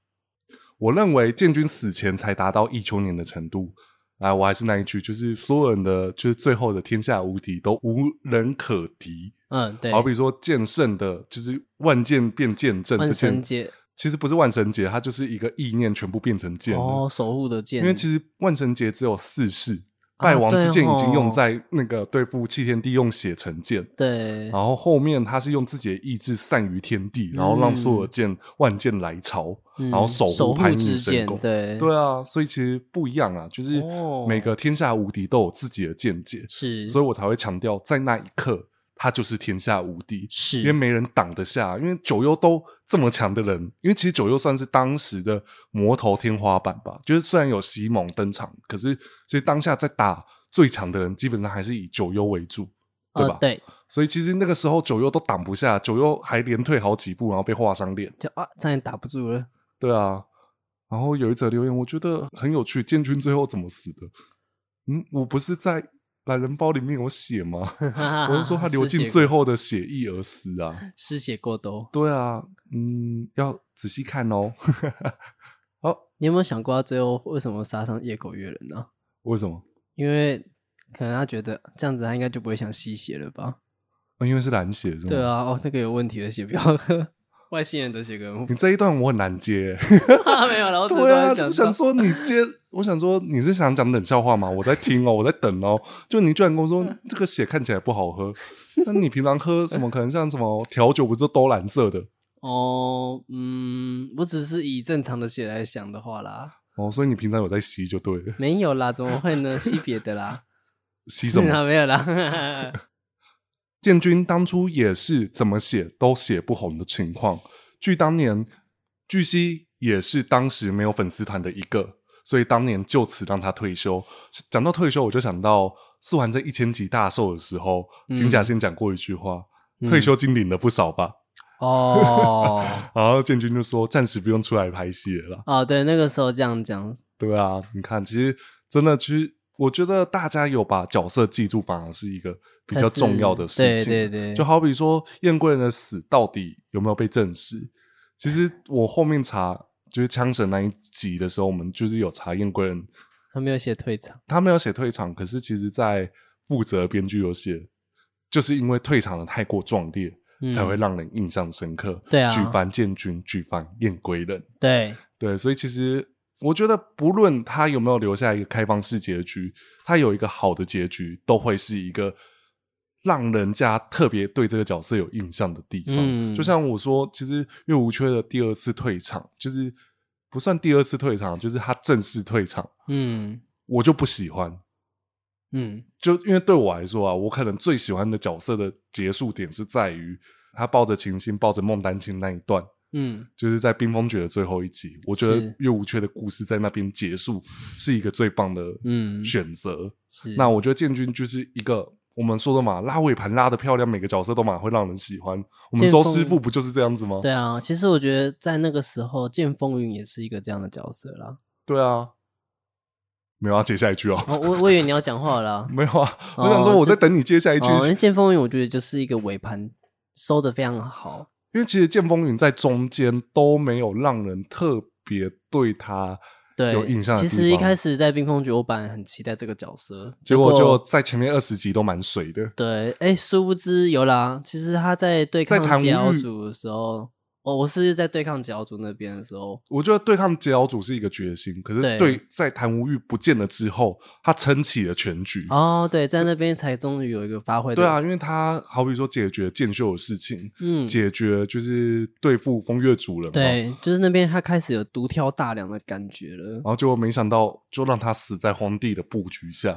A: 我认为建军死前才达到一秋年的程度。啊，我还是那一句，就是所有人的，就是最后的天下无敌，都无人可敌。
B: 嗯，对，
A: 好比说剑圣的，就是万剑变剑阵这
B: 万
A: 件
B: 圣，节
A: 其实不是万神节，它就是一个意念全部变成剑了。
B: 哦，守护的剑，
A: 因为其实万神节只有四式，
B: 啊
A: 败王之剑已经
B: 对哦
A: 用在那个对付弃天帝用血成剑。
B: 对，
A: 然后后面他是用自己的意志散于天地，然后让所有的剑万剑来朝，
B: 嗯
A: 然后守
B: 守
A: 护
B: 护
A: 叛逆
B: 之
A: 神
B: 剑
A: 功。，
B: 对，
A: 对啊，所以其实不一样啊，就是
B: 哦
A: 每个天下无敌都有自己的见解，
B: 是，
A: 所以
B: 以
A: 我才会强调，在那一刻他就是天下无敌，因为
B: 是
A: 没人挡得下。因为九幽都这么强的人，因为其实九幽算是当时的魔头天花板吧，就是虽然有西蒙登场，可是其实当下在打最强的人，基本上还是以九幽为主，对
B: 呃
A: 吧？
B: 对，
A: 所以其实那个时候九幽都挡不下，九幽还连退好几步，然后被划伤脸。
B: 就啊，差点打不住了。
A: 对啊，然后有一则留言，我觉得很有趣，建军最后怎么死的？嗯，我不是在懒人包里面有写吗？ 我
B: 我
A: 是说 他流尽最后的血意而死啊。
B: 失血过多，
A: 对啊，嗯，要仔细看哦。
B: 你有没有想过他最后为什么杀上夜狗月人呢、
A: 为什么？
B: 因为可能他觉得这样子，他应该就不会想吸血了吧？
A: 哦因为是蓝血是吗？
B: 对。啊，哦，那个有问题的血不要喝，外星人的血可能
A: 你这一段我很难接、
B: 没有了。我只是突
A: 对啊
B: 然，
A: 我
B: 想
A: 想
B: 到，
A: 说你接， 我想说你是想讲冷笑话吗？我在听哦，我在等哦。就你居然跟我
B: 嗯
A: 说这个血看起来不好喝，那你平常喝什么？可能像什么调酒，不是都蓝色的
B: 哦，嗯，我只是以正常的血来想的话啦，
A: 哦？所以你平常有在吸就对了。
B: 没有啦，怎么会呢？吸别的啦，
A: 吸什么？
B: 啊，没 有啦。
A: 建军当初也是怎么写都写不红的情况。据当年，据悉也是当时没有粉丝团的一个，所以当年就此让他退休。讲到退休，我就想到素涵在一千集大寿的时候，
B: 嗯
A: 金甲先讲过一句话：“
B: 嗯
A: 退休金领了不少吧
B: 哦，？”
A: 然后建军就说：“暂时不用出来拍戏了啦。
B: 哦，对，那个时候这样讲，”
A: 对啊，你看，其实真的，其实我觉得大家有把角色记住，反而是一个比较
B: 才是
A: 重要的事情。
B: 对对对，
A: 就好比说燕贵人的死到底有没有被证实？其实我后面查就是枪神那一集的时候，我们就是有查燕贵人，
B: 他没有写退场。
A: 他没有写退场，可是其实在负责编剧有写，就是因为退场的太过壮烈，
B: 嗯
A: 才会让人印象深刻。
B: 对啊
A: 举凡建军，举凡燕归人，
B: 对，
A: 对，所以其实。我觉得，不论他有没有留下一个开放式结局，他有一个好的结局，都会是一个让人家特别对这个角色有印象的地方。
B: 嗯
A: 就像我说，其实岳无缺的第二次退场，就是不算第二次退场，就是他正式退场，
B: 嗯
A: 我就不喜欢。
B: 嗯，
A: 就因为对我来说啊，我可能最喜欢的角色的结束点是在于他抱着秦星、抱着孟丹青那一段，
B: 嗯，
A: 就是在冰封诀的最后一集，我觉得
B: 是
A: 岳无缺的故事在那边结束是一个最棒的
B: 嗯
A: 选择。
B: 是
A: 那我觉得建军就是一个我们说的嘛，拉尾盘拉的漂亮，每个角色都蛮会让人喜欢。我们
B: 剑
A: 周
B: 锋
A: 师傅不就是这样子吗？
B: 对啊，其实我觉得在那个时候，剑风云也是一个这样的角色啦。
A: 对啊，没有要接下一句哦， 。
B: 哦，我我以为你要讲话啦
A: 没有啊，
B: 哦
A: 我想说我在等你接下一句，
B: 哦，因为剑风云我觉得就是一个尾盘收的非常好。
A: 因为其实剑风云在中间都没有让人特别对他
B: 对，
A: 有印象的
B: 其
A: 地
B: 实一
A: 方
B: 开始在冰封局，我本来很期待这个角色，
A: 结果就在前面二十集都蛮水的。
B: 对，哎，殊不知有啦。其实他在对
A: 在
B: 抗
A: 唐
B: 桀骜
A: 骜
B: 族的时候，哦，我是在对抗桀骜族那边的时候，
A: 我觉得对抗桀骜主是一个决心，可是
B: 对
A: 对在谭无欲不见了之后，他撑起了全局。
B: 哦，对，在那边才终于有一个发挥。
A: 对啊，，因为他好比说解决剑秀的事情，
B: 嗯，
A: 解决就是对付风月主人嘛，然
B: 对，就是那边他开始有独挑大梁的感觉了。
A: 后结果没想到就让他死在荒地的布局下，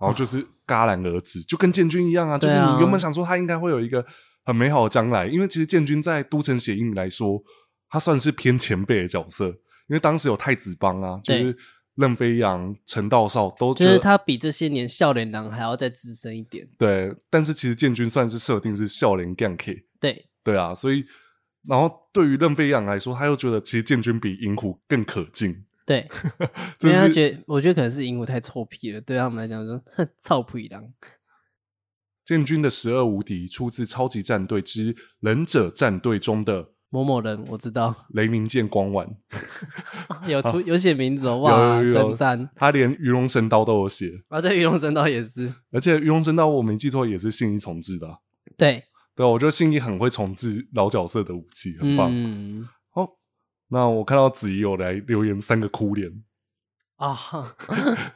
A: 然后就是戛然而止，就跟建军一样啊，就是
B: 对啊
A: 你原本想说他应该会有一个很美好的将来，因为其实建军在都城血印来说，他算是偏前辈的角色，因为当时有太子帮啊，就
B: 对
A: 是任飞扬、陈道少都觉
B: 就
A: 得
B: 是他比这些年笑脸郎还要再资深一点，
A: 对，但是其实建军算是设定是笑脸 g a n k
B: 对，
A: 对啊，所以然后对于任飞扬来说，他又觉得其实建军比银狐更可敬，
B: 对，
A: 就
B: 因为他
A: 是
B: 觉得，我觉得可能是鹦鹉太臭屁了，对他们来讲说，哼，臭屁狼，
A: 建军的十二无敌出自《超级战队之忍者战队》中的
B: 某某人，我知道
A: 雷鸣剑光丸，
B: 有出有写名字哦，哇，
A: 有有有
B: 真赞
A: 他连鱼龙神刀都有写，
B: 啊！对，鱼龙神道也是，
A: 而且鱼龙神刀我没记错也是信一重置的啊、
B: 对，
A: 对啊、我觉得信一很会重置老角色的武器，很棒。
B: 嗯
A: 好，那我看到子怡有来留言三个哭脸，
B: 啊，哈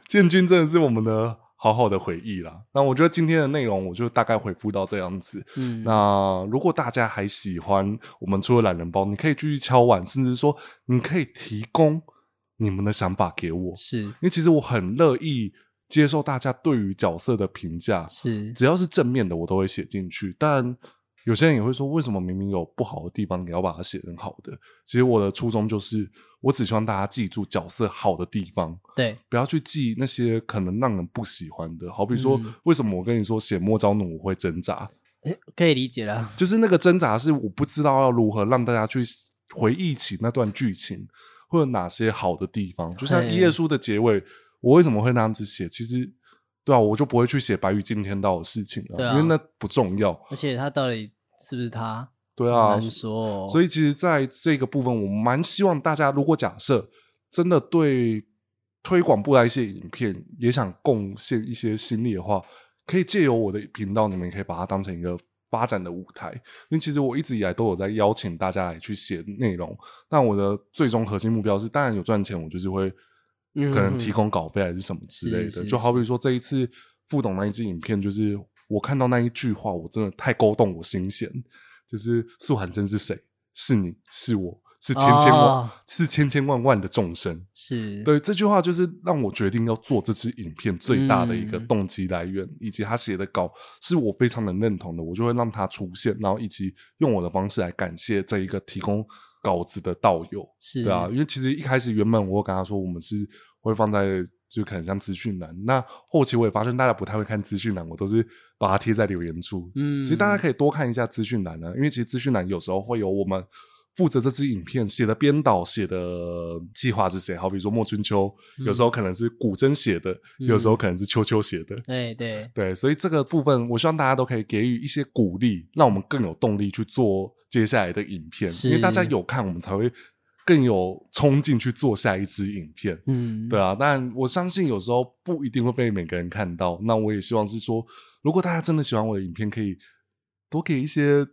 A: 建军真的是我们的好好的回忆啦。那我觉得今天的内容我就大概回复到这样子。
B: 嗯，
A: 那如果大家还喜欢我们除了懒人包，你可以继续敲碗，甚至说你可以提供你们的想法给我，因
B: 是
A: 为其实我很乐意接受大家对于角色的评价，
B: 是，
A: 只要是正面的我都会写进去，但。有些人也会说，为什么明明有不好的地方，也要把它写成好的？其实我的初衷就是，我只希望大家记住角色好的地方，
B: 对，
A: 不要去记那些可能让人不喜欢的。好比说，
B: 嗯
A: 为什么我跟你说写莫招奴我会挣扎，
B: 诶可以理解啦，
A: 就是那个挣扎是我不知道要如何让大家去回忆起那段剧情，会有哪些好的地方。就像
B: 嘿
A: 一页书的结尾，我为什么会那样子写？其实，对啊，我就不会去写白玉惊天道的事情了，
B: 对啊
A: 因为那不重要。
B: 而且他到底是不是他，
A: 对啊
B: 很，难说哦，
A: 所
B: 以
A: 以其实在这个部分，我蛮希望大家如果假设真的对推广布莱谢影片也想贡献一些心力的话，可以借由我的频道，你们可以把它当成一个发展的舞台。因为其实我一直以来都有在邀请大家来去写内容，那我的最终核心目标是，当然有赚钱，我就是会
B: 嗯
A: 可能提供稿费还是什么之类
B: 是
A: 的。
B: 是
A: 就好比说这一次副董那一支影片，就是我看到那一句话，我真的太勾动我心弦，就是素涵真是谁？是你是我是千千万、
B: 哦
A: 是千千万万的众生。
B: 是，
A: 对这句话，就是让我决定要做这支影片最大的一
B: 嗯
A: 个动机来源，以及他写的稿是我非常能认同的，我就会让他出现，然后以及用我的方式来感谢这一个提供稿子的道友。
B: 是，
A: 对啊，因为其实一开始原本我有跟他说，我们是会放在就可能像资讯栏，那后期我也发现大家不太会看资讯栏，我都是把它贴在留言处。
B: 嗯，
A: 其实大家可以多看一下资讯栏啊呢，因为其实资讯栏有时候会有我们负责这支影片写的编导写的计划是谁，好比说莫春秋，有
B: 嗯
A: 时候可能是古筝写的，有时候可能是秋秋写的。
B: 哎对，
A: 对，所以这个部分，我希望大家都可以给予一些鼓励，让我们更有动力去做接下来的影片，
B: 是
A: 因为大家有看，我们才会更有冲劲去做下一支影片。
B: 嗯，
A: 对啊，但我相信有时候不一定会被每个人看到。那我也希望是说，如果大家真的喜欢我的影片，可以多给一些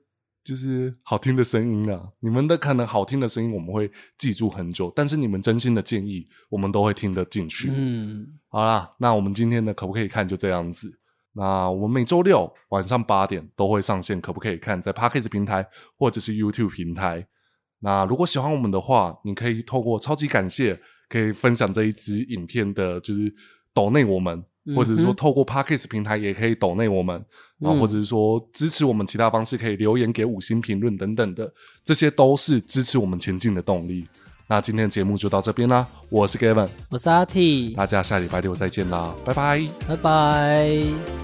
A: 就是好听的声音啊。你们的可能好听的声音我们会记住很久，但是你们真心的建议我们都会听得进去。
B: 嗯，
A: 好啦，那我们今天的可不可以看就这样子。那我们每周六晚上八点都会上线，可不可以看在 p a c k e t 平台或者是 YouTube 平台？那如果喜欢我们的话，你可以透过超级感谢，可以分享这一支影片的，就是抖内我们，
B: 嗯哼
A: 或者是说透过 p a c k e t 平台也可以抖内我们，啊，
B: 嗯
A: 或者是说支持我们其他方式，可以留言给五星评论等等的，这些都是支持我们前进的动力。那今天的节目就到这边啦，我是 Gavin。
B: 我是阿 T，
A: 大家下礼拜六再见啦，拜拜。
B: 拜拜。